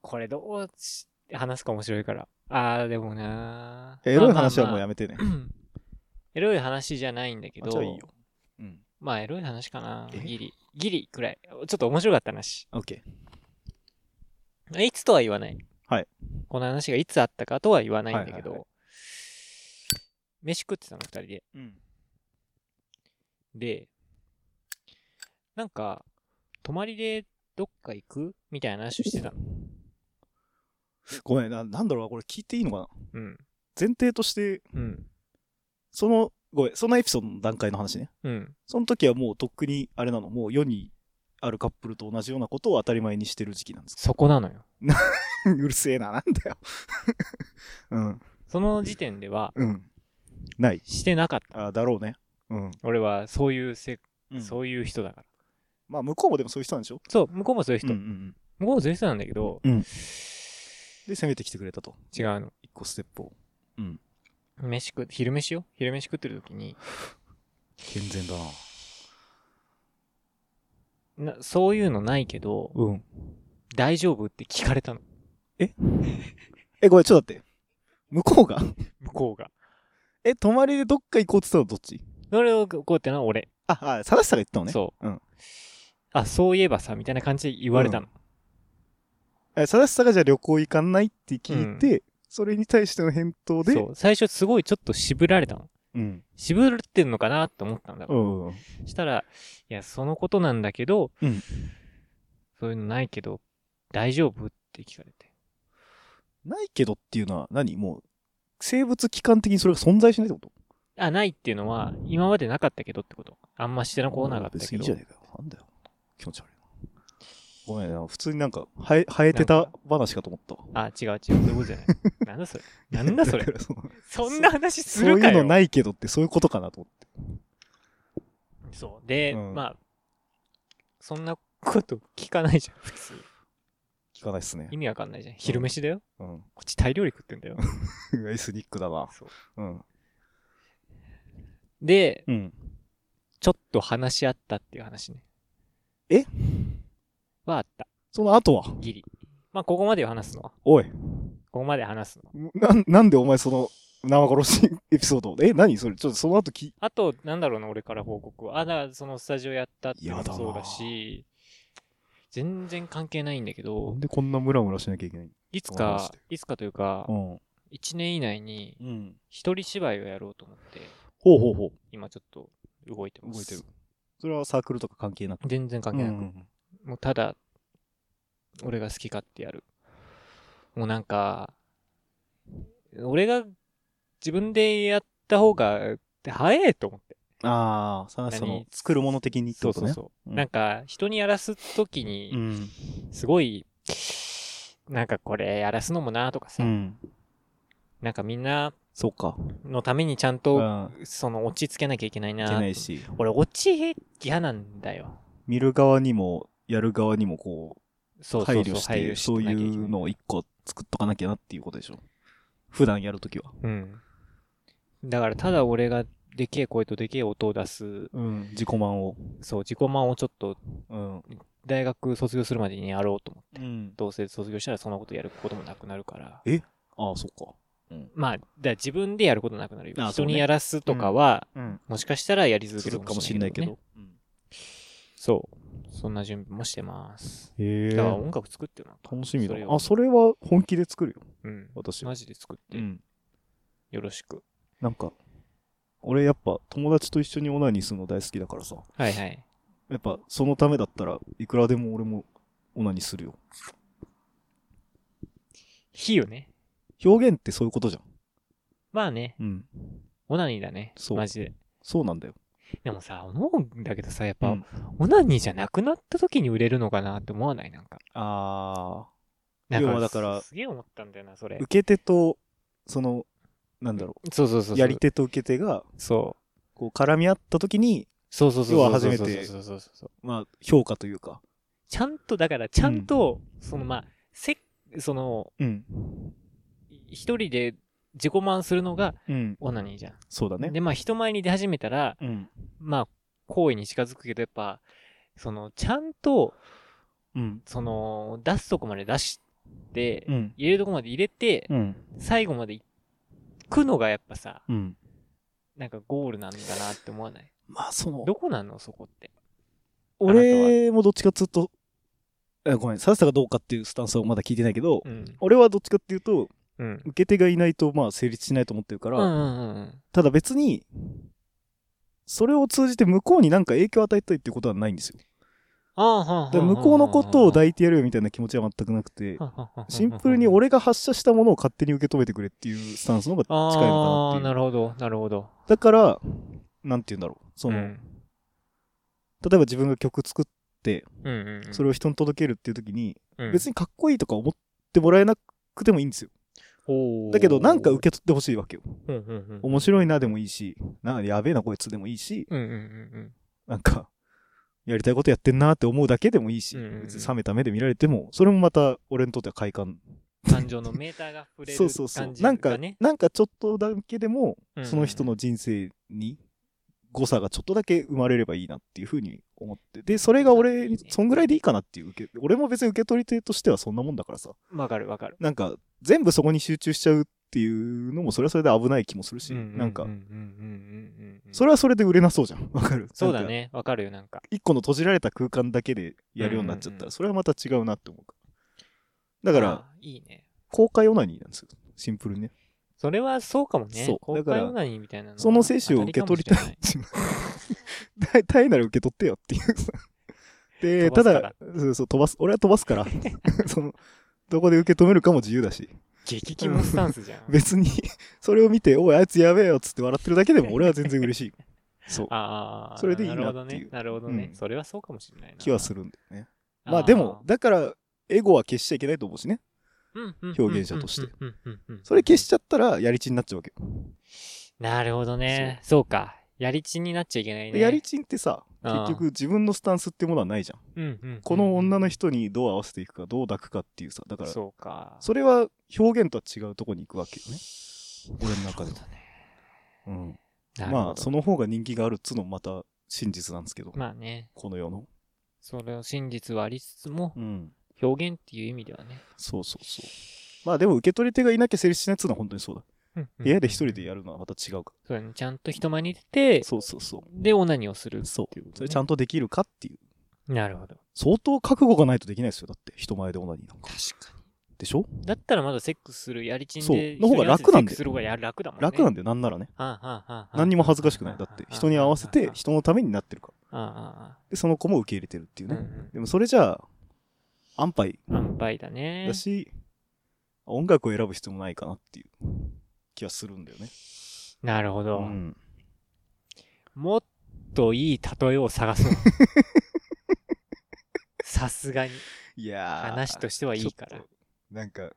S1: これどうし話すか面白いからああでもな
S2: エロい話はもうや
S1: め
S2: めてね。
S1: エロい話じゃないんだけ
S2: あじゃ
S1: ど
S2: あいいようん。
S1: まあエロい話かな
S2: え
S1: ギリギリくらいちょっと面白かった話
S2: オッケー。
S1: いつとは言わない。
S2: はい。
S1: この話がいつあったかとは言わないんだけど、
S2: はいはいは
S1: 飯食ってたの、二人で。
S2: うん。
S1: で、なんか、泊まりでどっか行くみたいな話をしてたの。
S2: ごめん、ななんだろうな、これ聞いていいのかな
S1: うん。
S2: 前提として、
S1: うん。
S2: その、ごめん、そのエピソードの段階の話ね。
S1: うん。
S2: その時はもうとっくに、あれなの、もう世にあるカップルと同じようなことを当たり前にしてる時期なんです。
S1: そこなのよ。
S2: うるせえな、なんだよ。 うん、
S1: その時点では、
S2: うん。ない。
S1: してなかった。
S2: あだろうね。うん。
S1: 俺は、そういうせ、
S2: うん、
S1: そういう人だから。
S2: まあ、向こうもでもそういう人なんでしょ
S1: そう、向こうもそういう人。
S2: うんうんうん
S1: 向こうもそういう人なんだけど、
S2: うんで、攻めてきてくれたと。
S1: 違うの。
S2: 一個ステップを。
S1: 飯食、昼飯よ昼飯食ってる時に、
S2: 健全だな。
S1: なそういうのないけど、
S2: うん。
S1: 大丈夫って聞かれたの。
S2: え、ごめん、ちょっと待って。向こうが
S1: 向こうが。
S2: え、泊まりでどっか行こうって言ったのどっち
S1: それをこうってのは俺。
S2: あ、あ、探したが言ったのね。
S1: そう。
S2: うん
S1: あ、そういえばさ、みたいな感じで言われたの。
S2: え、正しさがじゃあ旅行行かないって聞いて、それに対しての返答で、
S1: そう。最初すごいちょっと渋られたの。
S2: うん。
S1: 渋ってんのかなって思ったんだ。
S2: うん。
S1: したら、いや、そのことなんだけど、
S2: うん
S1: そういうのないけど、大丈夫って聞かれて。
S2: ないけどっていうのは何もう、生物機関的にそれが存在しないってこと
S1: あ、ないっていうのは、今までなかったけどってこと。あんましてなこなかった
S2: 別
S1: け
S2: にいい
S1: ど
S2: じゃ。ねえかよ。なんだよ。気持ち悪いな。ごめんな、普通になんか、生え、生えてた話かと思ったわ。
S1: あ、違う違う。そういうことじゃない。なんだそれ。なんだそれ
S2: か。ら その
S1: そんな話す
S2: そう
S1: る
S2: い
S1: か
S2: う
S1: よ。
S2: のないけどってそういうことかなと思って。
S1: そう。で、
S2: うん
S1: まあ、そんなこと聞かないじゃん、普通。
S2: 聞かないっすね
S1: 意。味わかんないじゃん。昼飯だよ。
S2: うん。
S1: こっちタイ料理食ってんだよ。
S2: エスニックだな。
S1: そう
S2: うん。
S1: で、
S2: うん。
S1: ちょっと話し合ったっていう話ね。
S2: え
S1: はあった。
S2: その後は、
S1: ギリ。まあ、ここまでを話すのは。
S2: おい、
S1: ここまで話すの。
S2: なん、なんでお前その、生殺しエピソードをえ、何それちょっとその後き、
S1: あと、なんだろうな、俺から報告は。あ、だから、そのスタジオやったっていうの
S2: や
S1: も
S2: だな
S1: そうだし、全然関係ないんだけ
S2: な
S1: ど
S2: ん、でこんなムラムラしなきゃいけない
S1: いつ
S2: そう話
S1: か
S2: して、
S1: いつかというか、
S2: ん。
S1: 1年以内に、
S2: うん。
S1: 一人芝居をやろうと思って、
S2: ほうほうほ
S1: 今ちょっと動いて
S2: う。
S1: ます。
S2: 動いてる。。それはサークルとか関係なく。
S1: 全然関係なく。
S2: うん
S1: もうただ、俺が好き勝手やる。もうなんか、俺が自分でやった方が早えと思って。
S2: ああ、さその
S1: 何、
S2: 作るもの的にってことね。
S1: そうう。
S2: ん
S1: なんか、人にやらすときに、
S2: ん。
S1: すごい、なんかこれやらすのもなとか
S2: う
S1: さ、
S2: ん。
S1: なんかみんな
S2: そうか。
S1: のためにちゃん
S2: う
S1: と、
S2: ん。
S1: その、落ち着けなきゃいけない
S2: い
S1: な
S2: けないし、
S1: 俺、落ち嫌なんだよ。
S2: 見る側にも、やる側にも、こう、
S1: そうそ
S2: 配
S1: うそう
S2: 慮して、そう
S1: なきゃけ
S2: い
S1: な
S2: うのを一個作っとかなきゃなっていうことでしょ。普段やるときは。
S1: うん。だから、ただ俺がでけえ声とでけえ音を出す、
S2: うん。自己満を。
S1: そう、自己満をちょっと
S2: うん。
S1: 大学卒業するまでにやろうと思って。
S2: うん。
S1: どうせ卒業したらそんなことやることもなくなるから。
S2: ああ、そっか。
S1: まあ、だから自分でやることなくなるよ。
S2: あそ
S1: 人
S2: うね
S1: にやらすとかは、
S2: うん。
S1: もしかしたらやり続ける
S2: 続くかもしれないけ
S1: ね
S2: ど。。うん
S1: そう。そんな準備もしてます。
S2: へ
S1: だ
S2: え。
S1: から音楽作ってるな。
S2: 楽しみだ
S1: それ。を
S2: あ、それは本気で作るよ。
S1: うん。
S2: 私は。
S1: マジで作って、
S2: うん。
S1: よろしく。
S2: なんか、俺やっぱ友達と一緒にオナニーするの大好きだからさ。
S1: はいはい。
S2: やっぱそのためだったらいくらでも俺もオナニーするよ。
S1: 火よね。
S2: 表現ってそういうことじゃん。
S1: まあね、
S2: うん。
S1: オナニーだね。
S2: そう
S1: マジで。
S2: そうなんだよ。
S1: でもさ、思うんだけどさ、やっぱ、
S2: うん
S1: オナニーじゃなくなった時に売れるのかなって思わないなんか。
S2: あ
S1: なん
S2: 要はだから
S1: すすげえ思ったんだよな、それ
S2: ー。。受け手と、その、なんだろ
S1: そうそうそうそう。
S2: う。やり手と受け手が、
S1: そう。
S2: こう絡み合った時に、
S1: そうそうそう。
S2: 要は初めて
S1: そうそうそうそう。
S2: まあ、評価というか。
S1: ちゃんと、だから、ちゃんと、その、まあ、せ、その、
S2: うん。
S1: 一人で自己満するのが
S2: うん。
S1: オナニーじゃん。
S2: そうだね。
S1: で、まあ、人前に出始めたら、
S2: うん。
S1: まあ、行為に近づくけど、やっぱ、その、ちゃんと、
S2: うん。
S1: その、出すとこまで出して、
S2: うん。
S1: 入れるとこまで入れて、
S2: うん。
S1: 最後まで行くのがやっぱさ、
S2: うん。
S1: なんかゴールなんだなって思わない。
S2: まあ、その、
S1: どこなのそこって。
S2: 俺もどっちかっつうと、えごめん、ささがどうかっていうスタンスはまだ聞いてないけど、
S1: うん。
S2: 俺はどっちかっていうと、
S1: うん。
S2: 受け手がいないと、まあ、成立しないと思ってるか
S1: う
S2: ら、
S1: んうんうん。
S2: ただ別に、それを通じて向こうに何か影響を与えたいっていうことはないんですよ。
S1: ああ、はあはあ
S2: だから向こうのことを抱いてやるよみたいな気持ちは全くなくて、
S1: はあはあはあ
S2: シンプルに俺が発射したものを勝手に受け止めてくれっていうスタンスの方が近いの
S1: ああ、
S2: かなってい
S1: な
S2: う。
S1: るほど、なるほど。
S2: だから、なんて言うんだろう。その、
S1: うん
S2: 例えば自分が曲作って、
S1: うんうんうん。
S2: それを人に届けるっていう時に、
S1: うん、
S2: 別にかっこいいとか思ってもらえなくてもいいんですよ。
S1: に
S2: だけど、なんか受け取ってほしいわけよ。
S1: け、うんうんうん。
S2: 面白いなでもいいし、な、やべえなこいつでもいいし、
S1: うんうんうん
S2: なんか、やりたいことやってんなって思うだけでもいいし、
S1: うんうんうん
S2: 別に冷めた目で見られても、それもまた俺にとっては快感。
S1: うん。感情のメーターが触れる
S2: そ
S1: 感
S2: う
S1: じ
S2: そうそ
S1: が
S2: う。なんか、
S1: ね、
S2: なんかちょっとだけでも、
S1: うんうん
S2: その人の人生に誤差がちょっとだけ生まれればいいなっていうふうに思って。で、それが俺に、そんぐらいでいいかなっていう受け、俺も別に受け取り手としてはそんなもんだからさ。
S1: わかるわかる。
S2: なんか、全部そこに集中しちゃうっていうのも、それはそれで危ない気もするし、なん
S1: う
S2: か
S1: んう、んうんうん、
S2: それはそれで売れなそうじゃん。わかる
S1: そうだ。
S2: なんか
S1: ね、わかるよ、なんか。
S2: 一個の閉じられた空間だけでやるようになっちゃっ
S1: うんう
S2: た
S1: んう
S2: ら、
S1: ん
S2: それはまた違うなって思うから。だから、
S1: あー、いいね。
S2: 公開オナニーなんですよ。シンプルにね。
S1: それはそうかもね。
S2: そう
S1: 公
S2: だから
S1: 開オナニーみたいなのは
S2: その精子を受け取りた
S1: 当た
S2: い。 大体なら受け取ってよっていうさ。で、
S1: 飛ば
S2: た
S1: すから
S2: だ、そうそう、飛ばす。俺は飛ばすから。 その、どこで受け止めるかも自由だ
S1: りか
S2: し。
S1: もしれない激キモスタンスじゃん。
S2: 別に、それを見て、おい、あいつやべえよっつって笑ってるだ けでも俺は全然嬉しい。そう。
S1: ああ、
S2: それでいいなってい
S1: るほどね。
S2: う
S1: なるほどね。
S2: うん
S1: それはそうかもしれないな。
S2: 気はするんだよね。
S1: あー。
S2: まあでも、だから、エゴは消しちゃいけないと思うしね。
S1: うん、表
S2: 表現者として。
S1: うんうんうんうん
S2: それ消しちゃったら、やりちんになっちゃうわけよ。
S1: なるほどね。そうか。やりちんになっちゃいけないね。
S2: でやりちんってさ、
S1: うん
S2: 結局自分のスタンスってものはないじゃん。
S1: うんうんうん
S2: この女の人にどう合わせていくか、どう抱くかっていうさ。だから、
S1: そうか。
S2: それは表現とは違うとこに行くわけよね。俺の中では。
S1: だね。
S2: うん。
S1: なるほど
S2: まあ、その方が人気があるっつうのもまた真実なんですけど、
S1: まあね。
S2: この世の。
S1: それを真実はありつつも
S2: う、ん。
S1: 表現っていう意味ではね。
S2: そうそ うそう。まあでも受け取り手がいなきゃ成立しないっつうのは本当にそうだ。
S1: うんうん
S2: 部屋で一人でやるのはまた違うか
S1: そうだね。ちゃんと人前に出て
S2: ら。、そうそうそ
S1: で、オナニーをする
S2: う。。そう
S1: ていうこ。とね
S2: それちゃんとできるかっていう。
S1: なるほど。
S2: 相当覚悟がないとできないですよ。だって人前でオナニーなんか。
S1: 確か
S2: でしょ
S1: に。だったらまだセックスする、やりちんで
S2: そう
S1: 人に
S2: の方が楽なんだよ
S1: 合わせてセックスする方がや楽だもんね。
S2: 楽なん
S1: だ
S2: だよ、なんならね。
S1: はあはあはあはあ
S2: 何にも恥ずかしくない。だって人に合わせて人のためになってるから。
S1: ああ
S2: で、その子も受け入れてるっていう
S1: ああ。う
S2: ね。
S1: ん
S2: でもそれじゃあ、安牌
S1: うん。安牌だね
S2: だ。し、音楽を選ぶ必要もないかなっていう気はするんだよね。
S1: なるほ
S2: う
S1: ど。
S2: ん。
S1: もっといい例えを探 そう。さすがに。
S2: いやー
S1: 話としてはいいから
S2: ちょっとなんか、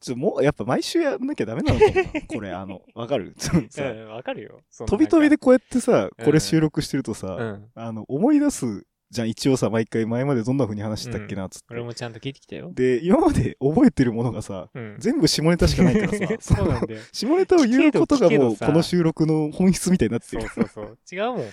S2: ちょっともう、やっぱ毎週やんなきゃダメなのかもな これ、あの、わかる そのさ
S1: うん、わかるよ。その
S2: 飛び飛びでこうやってさ、
S1: うん
S2: これ収録してると
S1: な
S2: さ、
S1: んか。
S2: あの、思い出すじゃん、一応さ、毎回前までどんな風に話してたっけな、つって。
S1: 俺もちゃんと聞いてきたよ。
S2: で、今まで覚えてるものがさ、
S1: うん。
S2: 全部下ネタしかないからさ、
S1: そうなんだよ。
S2: 下ネタを言うことが
S1: 聞けど
S2: も
S1: 聞
S2: う
S1: けどさ
S2: この収録の本質みたいになって
S1: そ
S2: る
S1: う。そうそう。違うもん。
S2: 違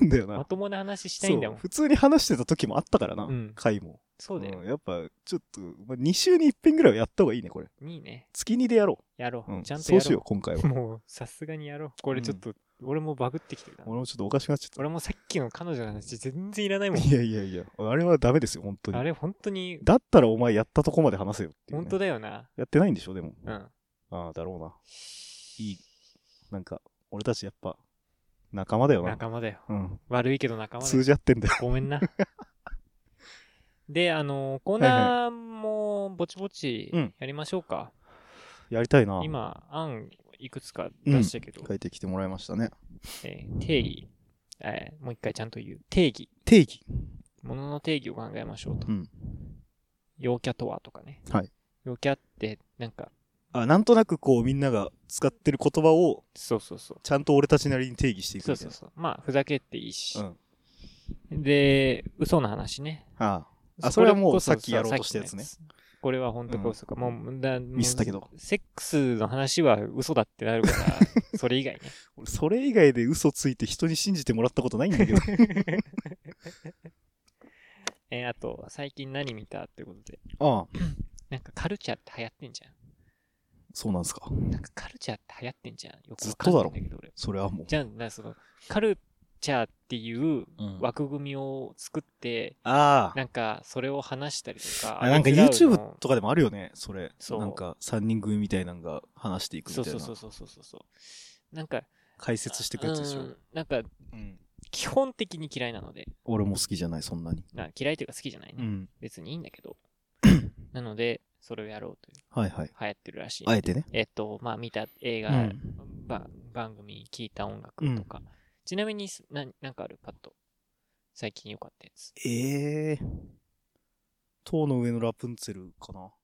S2: うんだよな
S1: ま。ともな話したいんだもん
S2: そう。普通に話してた時もあったからな、
S1: うん
S2: 回も。
S1: そうだよ
S2: ん。やっぱ、ちょっと、まあ、2週に1遍ぐらいはやった方がいいね、これ。
S1: いいね。
S2: 月2でやろ
S1: やろ
S2: う。うん、
S1: う。ちゃんと
S2: そ
S1: や
S2: うしよう、
S1: ろ
S2: 今回は
S1: う。。もう、さすがにやろう。これちょっと、俺もバグってきてるな。
S2: 俺もちょっとおかしくなっちゃっ
S1: 俺もさっきの彼女の話全然いらないも
S2: た。
S1: ん。
S2: いやいやいや、あれはダメですよ、本当
S1: あ
S2: に。
S1: れ本当に、
S2: だったらお前やったとこまで話せよっていう、ね。
S1: 本当だよな。
S2: やってないんでしょ、でも。
S1: うん。
S2: ああ、だろうな。いい。なんか、俺たちやっぱ、仲間だよな。
S1: 仲間だよ。
S2: うん。
S1: 悪いけど仲間だ
S2: 通
S1: よ。
S2: じ合ってんだよ。
S1: ごめんな。 で、あの、コーナーもぼちぼち
S2: うん
S1: やりましょうか。
S2: やりたいな。。
S1: 今、案いくつか出したけど、
S2: 書いてきてもらいましたね。
S1: えー定義、えーもう一回ちゃんと言う。定義。
S2: 定義。
S1: ものの定義を考えましょうと。
S2: うん。
S1: 陽キャとはとかね。
S2: はい。
S1: 陽キャって、なんか、
S2: あ、なんとなくこう、みんなが使ってる言葉を、
S1: そうそうそう。
S2: ちゃんと俺たちなりに定義していく
S1: そう
S2: みた
S1: そ
S2: い
S1: う
S2: な。
S1: そう。まあ、ふざけていいし。
S2: うん。
S1: で、嘘の話ね。
S2: ああ。それはも
S1: こ
S2: うさっ
S1: そ
S2: きやろうとしたやつね。
S1: さっきのやつこれは本当か嘘か。
S2: うん
S1: もう、だミ
S2: ミスったけど。
S1: セックスの話は嘘だってなるから、 それ以外ね。
S2: 俺それ以外で嘘ついて人に信じてもらったことないんだけど。
S1: えーあと、最近何見たってことで。
S2: ああ。
S1: なんかカルチャーって流行ってんじゃ
S2: そうなんすか。
S1: ん。なんかカルチャーって流行ってんじゃん。よくわかんないんだけど俺。
S2: それはもう。
S1: じゃあ、なその、カルチャーっていう
S2: うん
S1: 枠組みを作って、
S2: ああ。
S1: なんか、それを話したりとか。
S2: あなんか
S1: あいつら
S2: YouTube
S1: の
S2: とかでもあるよね、それ。
S1: そう
S2: なんか3人組みたいなのが話していくみ
S1: そう
S2: たいな。
S1: そうそうそうそうそう。なんか、
S2: 解説していくやつでしょ。
S1: うんなんか、
S2: うん
S1: 基本的に嫌いなので、
S2: 俺も好きじゃない、そんなに。
S1: な嫌いというか好きじゃないね。
S2: ん。
S1: 別にいいんだけ ど。なので、それをやろうという。
S2: はいはい。
S1: 流行ってるらしい。
S2: あえてね。
S1: えっと、まあ、見た映画、
S2: うん
S1: ば番組、聞いた音楽とか。ちなみにすな、なんかあるパッと。最近良かったや つ。
S2: ええー。塔の上のラプンツェルかな。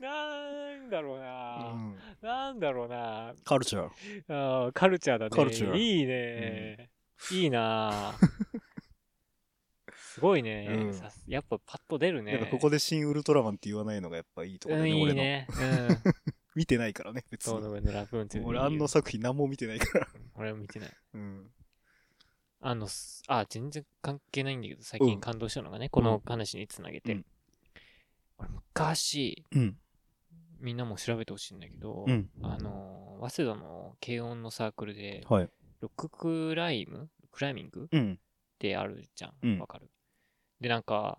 S1: なんだろう
S2: う
S1: な、
S2: ん
S1: なんだろうな
S2: カルチャー。
S1: あーカルチャーだね。
S2: カルチャー
S1: いいね。いい なーすごいね、
S2: うん
S1: さすやっぱパッと出るね。
S2: やっぱここで新ウルトラマンって言わないのがやっぱいいとこ
S1: う
S2: ろだ
S1: ん、
S2: ね、
S1: いい
S2: 俺の。
S1: ね。 うん。
S2: 見てないからね、別
S1: そう
S2: に。
S1: の上のラプンツェル
S2: 俺、あんの作品何も見てないから。
S1: 俺は見てない。
S2: うん。
S1: あの、すあ、全然関係ないんだけど、最
S2: う
S1: 近
S2: ん
S1: 感動したのがね、この話につなげて。
S2: うん
S1: 俺昔、
S2: うん。
S1: みんなも調べてほしいんだけど、
S2: うん。
S1: あのー、早稲田の軽音のサークルで、
S2: はい。
S1: ロッククライムクライミング
S2: うん。
S1: ってあるじゃ
S2: うん
S1: ん。わかる。で、なんか、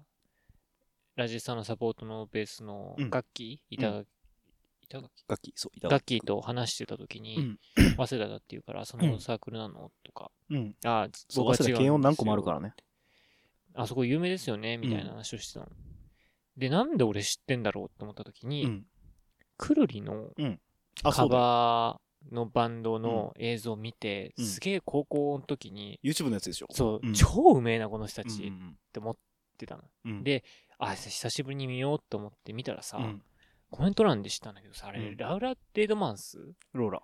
S1: ラジスタのサポートのベースの
S2: うん
S1: 楽器、板楽板楽器
S2: 楽器、そう、いた
S1: 楽器と話してた時
S2: う
S1: に
S2: ん、
S1: 早稲田だって言うから、そ
S2: うん
S1: のサークルなのとか、
S2: うん。
S1: あ、
S2: そう、
S1: 僕は違うん
S2: 早
S1: ですよ
S2: 稲田検温何個もあるからね。
S1: あそこ有名ですよねみたいな話をしてたの。で、なんで俺知ってんだろうって思った時に、
S2: うん。
S1: くるりの
S2: あ、そ
S1: カ
S2: うだ。
S1: バーのバンドの映像を見て、
S2: うん
S1: すげえ高校の時に、
S2: YouTube のやつでしょ。
S1: そう、
S2: うん
S1: 超うめえなこの人た
S2: うん
S1: ちっ
S2: うん
S1: て思ってたの。
S2: うん。
S1: で、あ、久しぶりに見ようと思って見たらさ、
S2: うん、
S1: コメント欄で知ったんだけどさ、あれ、
S2: うん
S1: ラウラ・デイドマンス
S2: ローラ。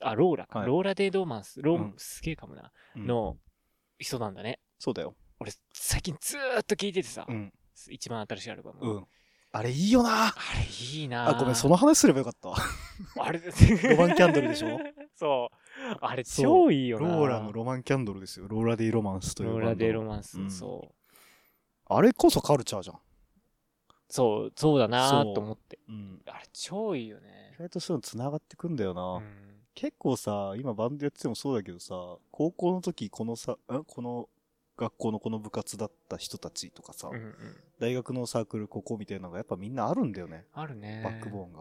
S1: あ、ローラか。
S2: はい
S1: ローラ・デイドマンス、ロー、
S2: うん
S1: すげえかもな、
S2: うん、
S1: の人なんだね。
S2: そうだよ。
S1: 俺、最近ずーっと聞いててさ、
S2: うん。
S1: 一番新しいアルバム。
S2: うん。あれいいよな
S1: あれいいな
S2: あ、ごめん、その話すればよかったわ。
S1: あれ
S2: ロマンキャンドルでしょ
S1: そう。あれ
S2: そう
S1: 超いいよ
S2: ロ
S1: な。
S2: ーラのロマンキャンドルですよ。ローラデイロマンスという
S1: ロー
S2: バ
S1: ラ
S2: ンド
S1: デロマンス、
S2: うん
S1: そう。
S2: あれこそカルチャーじゃん。
S1: そう、そうだな
S2: そう
S1: と思って。
S2: うん。
S1: あれ超いいよね
S2: 意。外とそういうの繋がってくんだよな、
S1: うん
S2: 結構さ、今バンドやっててもそうだけどさ、高校の時このさ、んこの学校のこの部活だった人たちとかさ、
S1: うんうん。
S2: 大学のサークルここみたいなのがやっぱみんなあるんだよね。
S1: あるね。
S2: バックボ
S1: ン。
S2: ーンが。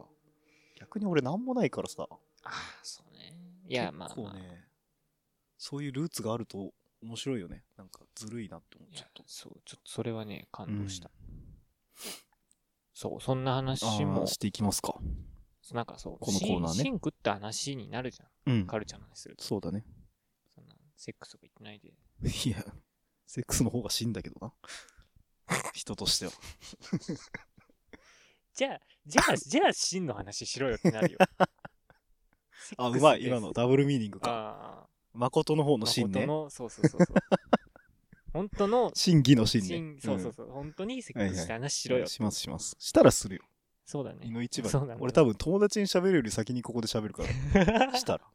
S2: 逆に俺なんもないからさ。
S1: ああ、そうね。いや、まあ、
S2: 結
S1: ま
S2: 構
S1: あ。
S2: ね、そういうルーツがあると面白いよね。なんかずるいなって思う。
S1: い
S2: ち
S1: や
S2: ょっと。
S1: そう、ちょっとそれはね、感動した。そう、そんな話
S2: あ
S1: も
S2: ー、していきますか。
S1: なんかそう、
S2: このコーナーね
S1: シンシンクって話になるじゃ
S2: うん
S1: ん。カルチャーの話すると。
S2: そうだね。
S1: そんな、セックスとか言ってないで。
S2: いや、セックスの方が死んだけどな。 人としては。
S1: じゃあ、じゃあ、じゃあ、真の話しろよってなるよ。
S2: あ、うまい。
S1: です
S2: 今のダブルミーニングか。
S1: ああ。
S2: 誠の方の真
S1: 誠
S2: ね。
S1: の、そうそうそうそう。 本当の、
S2: 真偽の真ね
S1: 真。そうそうそう。本当にセックスした話しろ
S2: う
S1: よ
S2: ん。。しますします。したらするよ。
S1: そうだね。
S2: 胃の一
S1: そう
S2: 番
S1: なんだ。
S2: 俺 多分友達に喋るより先にここで喋るから。したら。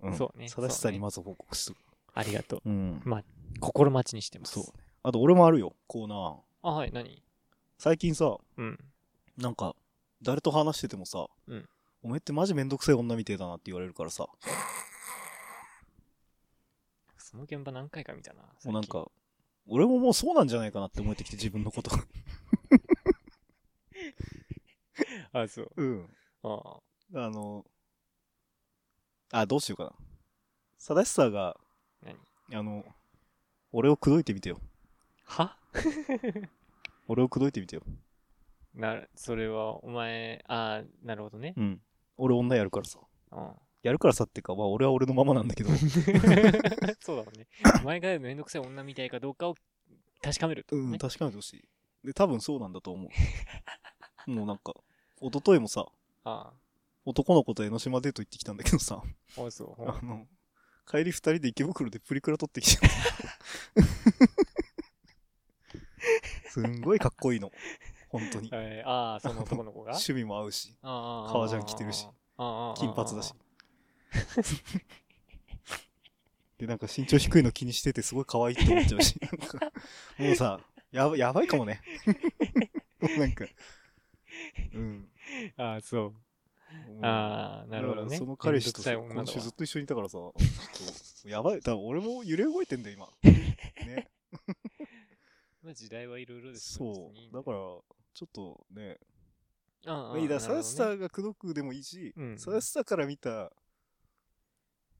S2: うん
S1: そうね
S2: 正しさにまず報告する。
S1: ありがとう。
S2: うん。
S1: 心待ちにしてます。
S2: そうね。あと俺もあるよ、コーナー。
S1: あ、はい、何
S2: 最近さ、
S1: うん。
S2: なんか、誰と話しててもさ、
S1: うん
S2: おめえってマジめんどくせえ女みてえだなって言われるからさ、
S1: その現場何回か見たな。
S2: もうなん
S1: 最近。
S2: か、俺ももうそうなんじゃないかなって思えてきて自分のこと。
S1: あ、 そう。
S2: うん。
S1: あ
S2: あの、あ、どうしようかな。正しさが、
S1: 何
S2: あの、俺を口説いてみてよ。
S1: は
S2: 俺を口説いてみてよ。
S1: なる、それは、お前、あーなるほどね。
S2: うん。俺女やるからさ。
S1: うん。
S2: やるからさってか、まあ俺は俺のままなんだけど。
S1: そうだもん ね。お前がめんどくさい女みたいかどうかを確かめるって
S2: う
S1: ことね。
S2: ん、確かめてほしい。で、多分そうなんだと思う。もうなんか、一昨日もさ、
S1: あ
S2: 男の子と江ノ島デート行ってきたんだけどさ、
S1: あ。あ、そう。
S2: あの、帰り二人で池袋でプリクラ撮ってきちゃ った。すんごいかっこいいの。本当に。
S1: えーああ、その男の子 が
S2: 趣味も合うし、
S1: 革
S2: 革ジャン着てるし、
S1: あーあーあーあーあー
S2: 金髪だし。 で、なんか身長低いの気にしててすごい可愛いって思っちゃ うし、なんかもうさ、やばやばいかもね。もうなんか、うん。
S1: ああ、そう。
S2: もう
S1: ああ、なるほど
S2: だか
S1: ね。
S2: らその彼氏とさ
S1: めんどくさい女
S2: 今
S1: だ
S2: 週
S1: わ
S2: ずっと一緒にいたからさ、ちょっとやばい、多分俺も揺れ動いてんだよ、今。ね。
S1: まあ時代はいろいろですよ
S2: そう。だから、ちょっとね、
S1: ら、ああああ
S2: いいだ、
S1: なるほどね
S2: 正しさが口説くでもいいし
S1: う、ん
S2: 正しさから見た、なん
S1: ああ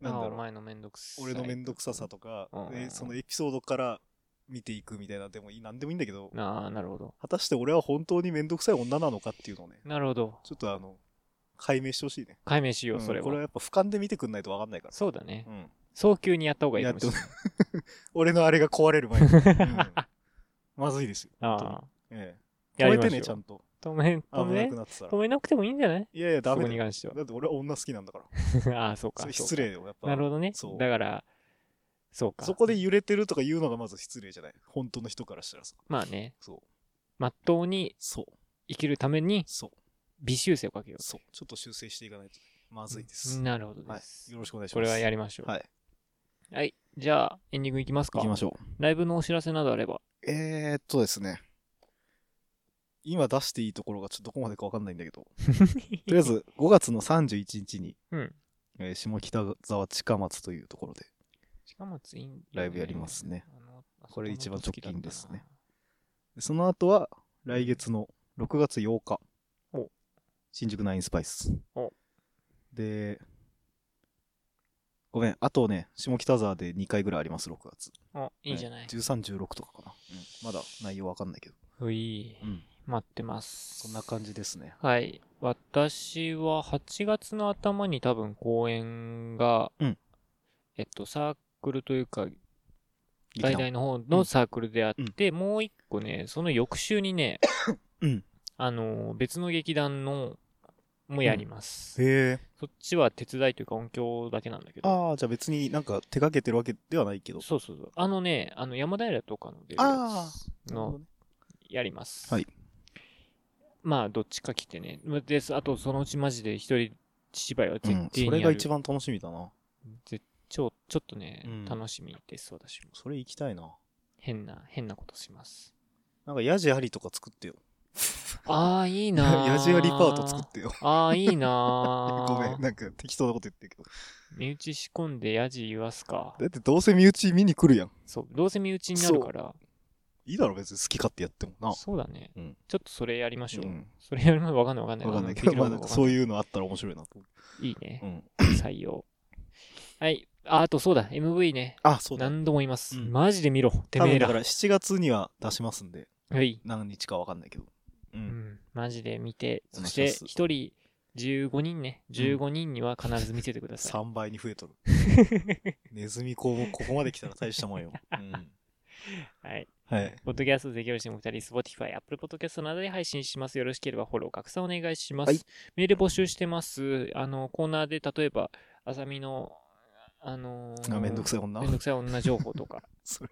S2: だ
S1: お
S2: ろう、
S1: 前のめんどくさい。
S2: 俺のめんどくささとか
S1: うん、
S2: でそのエピソードから見ていくみたいな、でもいい、なんでもいいんだけど、
S1: ああ、なるほど。
S2: 果たして俺は本当にめんどくさい女なのかっていうのをね、
S1: なるほど。
S2: ちょっとあの、解明してほしいね。
S1: 解明しよ
S2: う
S1: う、
S2: ん
S1: それ
S2: これは
S1: は。
S2: やっぱ俯瞰で見てくんないとわかんないから。
S1: そうだね
S2: う。ん。
S1: 早急にやった方がいいかもしれない。
S2: 俺のあれが壊れる前に。うんまずいですよ。
S1: ああ、
S2: ええ。
S1: や
S2: 止
S1: り
S2: め
S1: ま
S2: て
S1: しょ
S2: ね、
S1: う
S2: ちゃんと。
S1: 止め、止
S2: 危な
S1: め
S2: く、なってたら
S1: 止。めなくてもいいんじゃない
S2: いやいや、
S1: そ
S2: ダ
S1: こ
S2: メ
S1: に
S2: だよ。
S1: 関しては。
S2: だって俺は女好きなんだから。
S1: ああ、そうか
S2: そ。れ
S1: そうか
S2: 失。礼よ、やっぱ。
S1: なるほどね
S2: そ。う
S1: だから、そうか。
S2: そこで揺れてるとか言うのがまず失礼じゃない。本当の人からしたらさ。
S1: まあね、
S2: そう。
S1: まっとうに
S2: そう。
S1: 生きるために
S2: そう。
S1: 微修正をかけよう。
S2: そう。ちょっと修正していかないと。まずいです。
S1: なるほど
S2: は
S1: で
S2: い。
S1: す。
S2: よろしくお願いします。
S1: これはやりましょう。
S2: はい。
S1: はい。じゃあ、エンディングいきますか。
S2: 行きましょ
S1: ライブのお知らせなどあれば。
S2: う。えーっとですね。今出していいところがちょっとどこまでかわかんないんだけど。とりあえず、5月の31日に、
S1: うん
S2: えー下北沢近松というところで、
S1: 近松いいんだよね
S2: ライブやりますね。
S1: あの
S2: これ一番直近です
S1: あそこの時だった
S2: ね。
S1: な
S2: でその後は、来月の6月8日
S1: お、
S2: 新宿ナインスパイス
S1: お。
S2: で、ごめん、あとね、下北沢で2回ぐらいあります、6月。
S1: あ、いいじゃない
S2: ね。13、16とかかな。うんまだ内容わかんないけど。
S1: うい、
S2: うん。
S1: 待ってます。
S2: そんな感じですね。
S1: はい。私は8月の頭に多分公演が、
S2: うん
S1: えっと、サークルというか、
S2: 劇
S1: 大々
S2: 団
S1: の方のサークルであって、もう一個ね、その翌週にね、
S2: うん
S1: あの、別の劇団の、もやります、
S2: へえ。
S1: そっちは手伝いというか音響だけなんだけど。
S2: ああ、じゃあ別になんか手掛けてるわけではないけど。
S1: そうそうそう。あのね、あの、山平とかの出るや
S2: あ
S1: つの、やります。
S2: はい。
S1: まあ、どっちか来てね。です。あと、そのうちマジで一人芝居は絶
S2: う
S1: 対に
S2: ん、
S1: やる、
S2: それが一番楽しみだな。
S1: 絶ちょ、ちょっとね、
S2: うん
S1: 楽しみです、私も。
S2: それ行きたいな。
S1: 変な、変なことします。
S2: なんかヤジありとか作ってよ。
S1: ああ、いい なー
S2: ヤジありパート作ってよ。
S1: ああ、いいなー
S2: ごめん、なんか適当なこと言ってるけど。
S1: 身内仕込んでヤジ言わすか。
S2: だってどうせ身内見に来るやん。
S1: そう、どうせ身内になるから。
S2: いいだろ、別に好き勝手やってもな。
S1: そうだね、
S2: うん
S1: ちょっとそれやりましょう。
S2: うん
S1: それやるのわかんないわかんない。
S2: わかんないけど、まあなんかそう
S1: う。
S2: いうのあったら面白いなと思
S1: いいね
S2: う。。うん。
S1: 採用。はい。あ、あとそうだ、MV ね。
S2: あ、そうだ。
S1: 何度も言います。
S2: うん
S1: マジで見ろ、て
S2: 多
S1: めえ
S2: 分だ
S1: ら
S2: か。ら7月には出しますんで、
S1: はい。
S2: 何日かわかんないけど。う。
S1: うんん、マジで見て、
S2: お願
S1: そ
S2: い
S1: して
S2: します
S1: 一人15人ね、15人には必ず見ててください。
S2: 3倍に増えとる。ネズミ子もここまで来たら大したもんよ。うん。
S1: はい。
S2: はい。
S1: ポッドキャストできる人も2人、Spotify、Apple Podcast などで配信します。よろしければフォロー、拡散お願いします。
S2: はい
S1: メール募集してます。あの、コーナーで例えば、あさみの、あのー
S2: あめんどくさい女
S1: めん。どくさい女情報とか、
S2: それ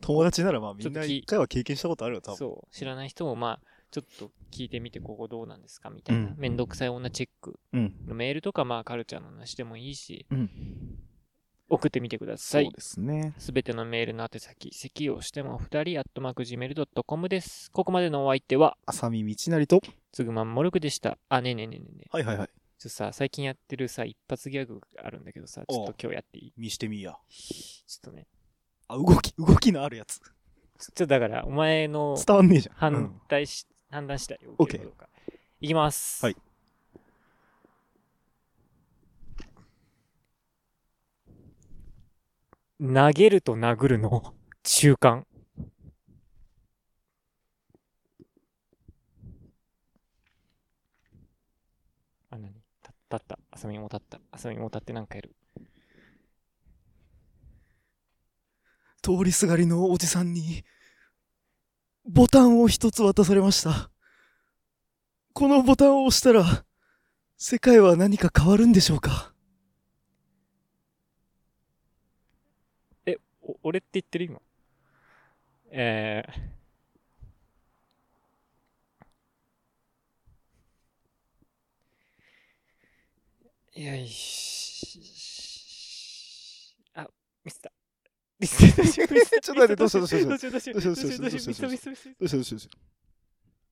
S2: 友達ならまあみ
S1: ちょ
S2: ん
S1: っと
S2: な
S1: き
S2: 一回は経験したことあるよ、 多分。
S1: そう、知らない人も、まあ、ちょっと聞いてみて、ここどうなんですかみたいな、
S2: うん
S1: めんどくさい女チェック
S2: うん。
S1: のメールとか、まあ、カルチャーの話でもいいし、
S2: うん
S1: 送ってみてください。
S2: ですね。
S1: すべてのメールの宛先、席をしても二人、アットマーク Gmail.com です。ここまでのお相手は、
S2: 浅見道成と。
S1: つぐまんもるくでした。あ、ねえねえねえねえねえ。
S2: はいはいはい。
S1: ちょっとさ、最近やってるさ、一発ギャグがあるんだけどさ、ちょっと今日やっていい
S2: 見してみいや。
S1: ちょっとね。
S2: あ、動き、動きのあるやつ。
S1: ちょっとだから、お前の
S2: 伝わんねえじゃん。
S1: 判断し、判断次第を
S2: オッ
S1: 受
S2: ケ
S1: け
S2: ー
S1: るかどうか。いきます。
S2: はい。
S1: 投げると殴るの中間。あ、なにた立った。浅見も立った。浅見も立ってなんかやる。
S2: うん通りすがりのおじさんに、ボタンを一つ渡されました。このボタンを押したら、世界は何か変わるんでしょうか
S1: え、お俺って言ってる今。えー。いやいし。あ、ミスった。ミスった。
S2: ちょっと待ってどうしたどうした
S1: どうしたどうしたどうしたどうしたどうしたどうしたどうした
S2: どうしたどうしたどうした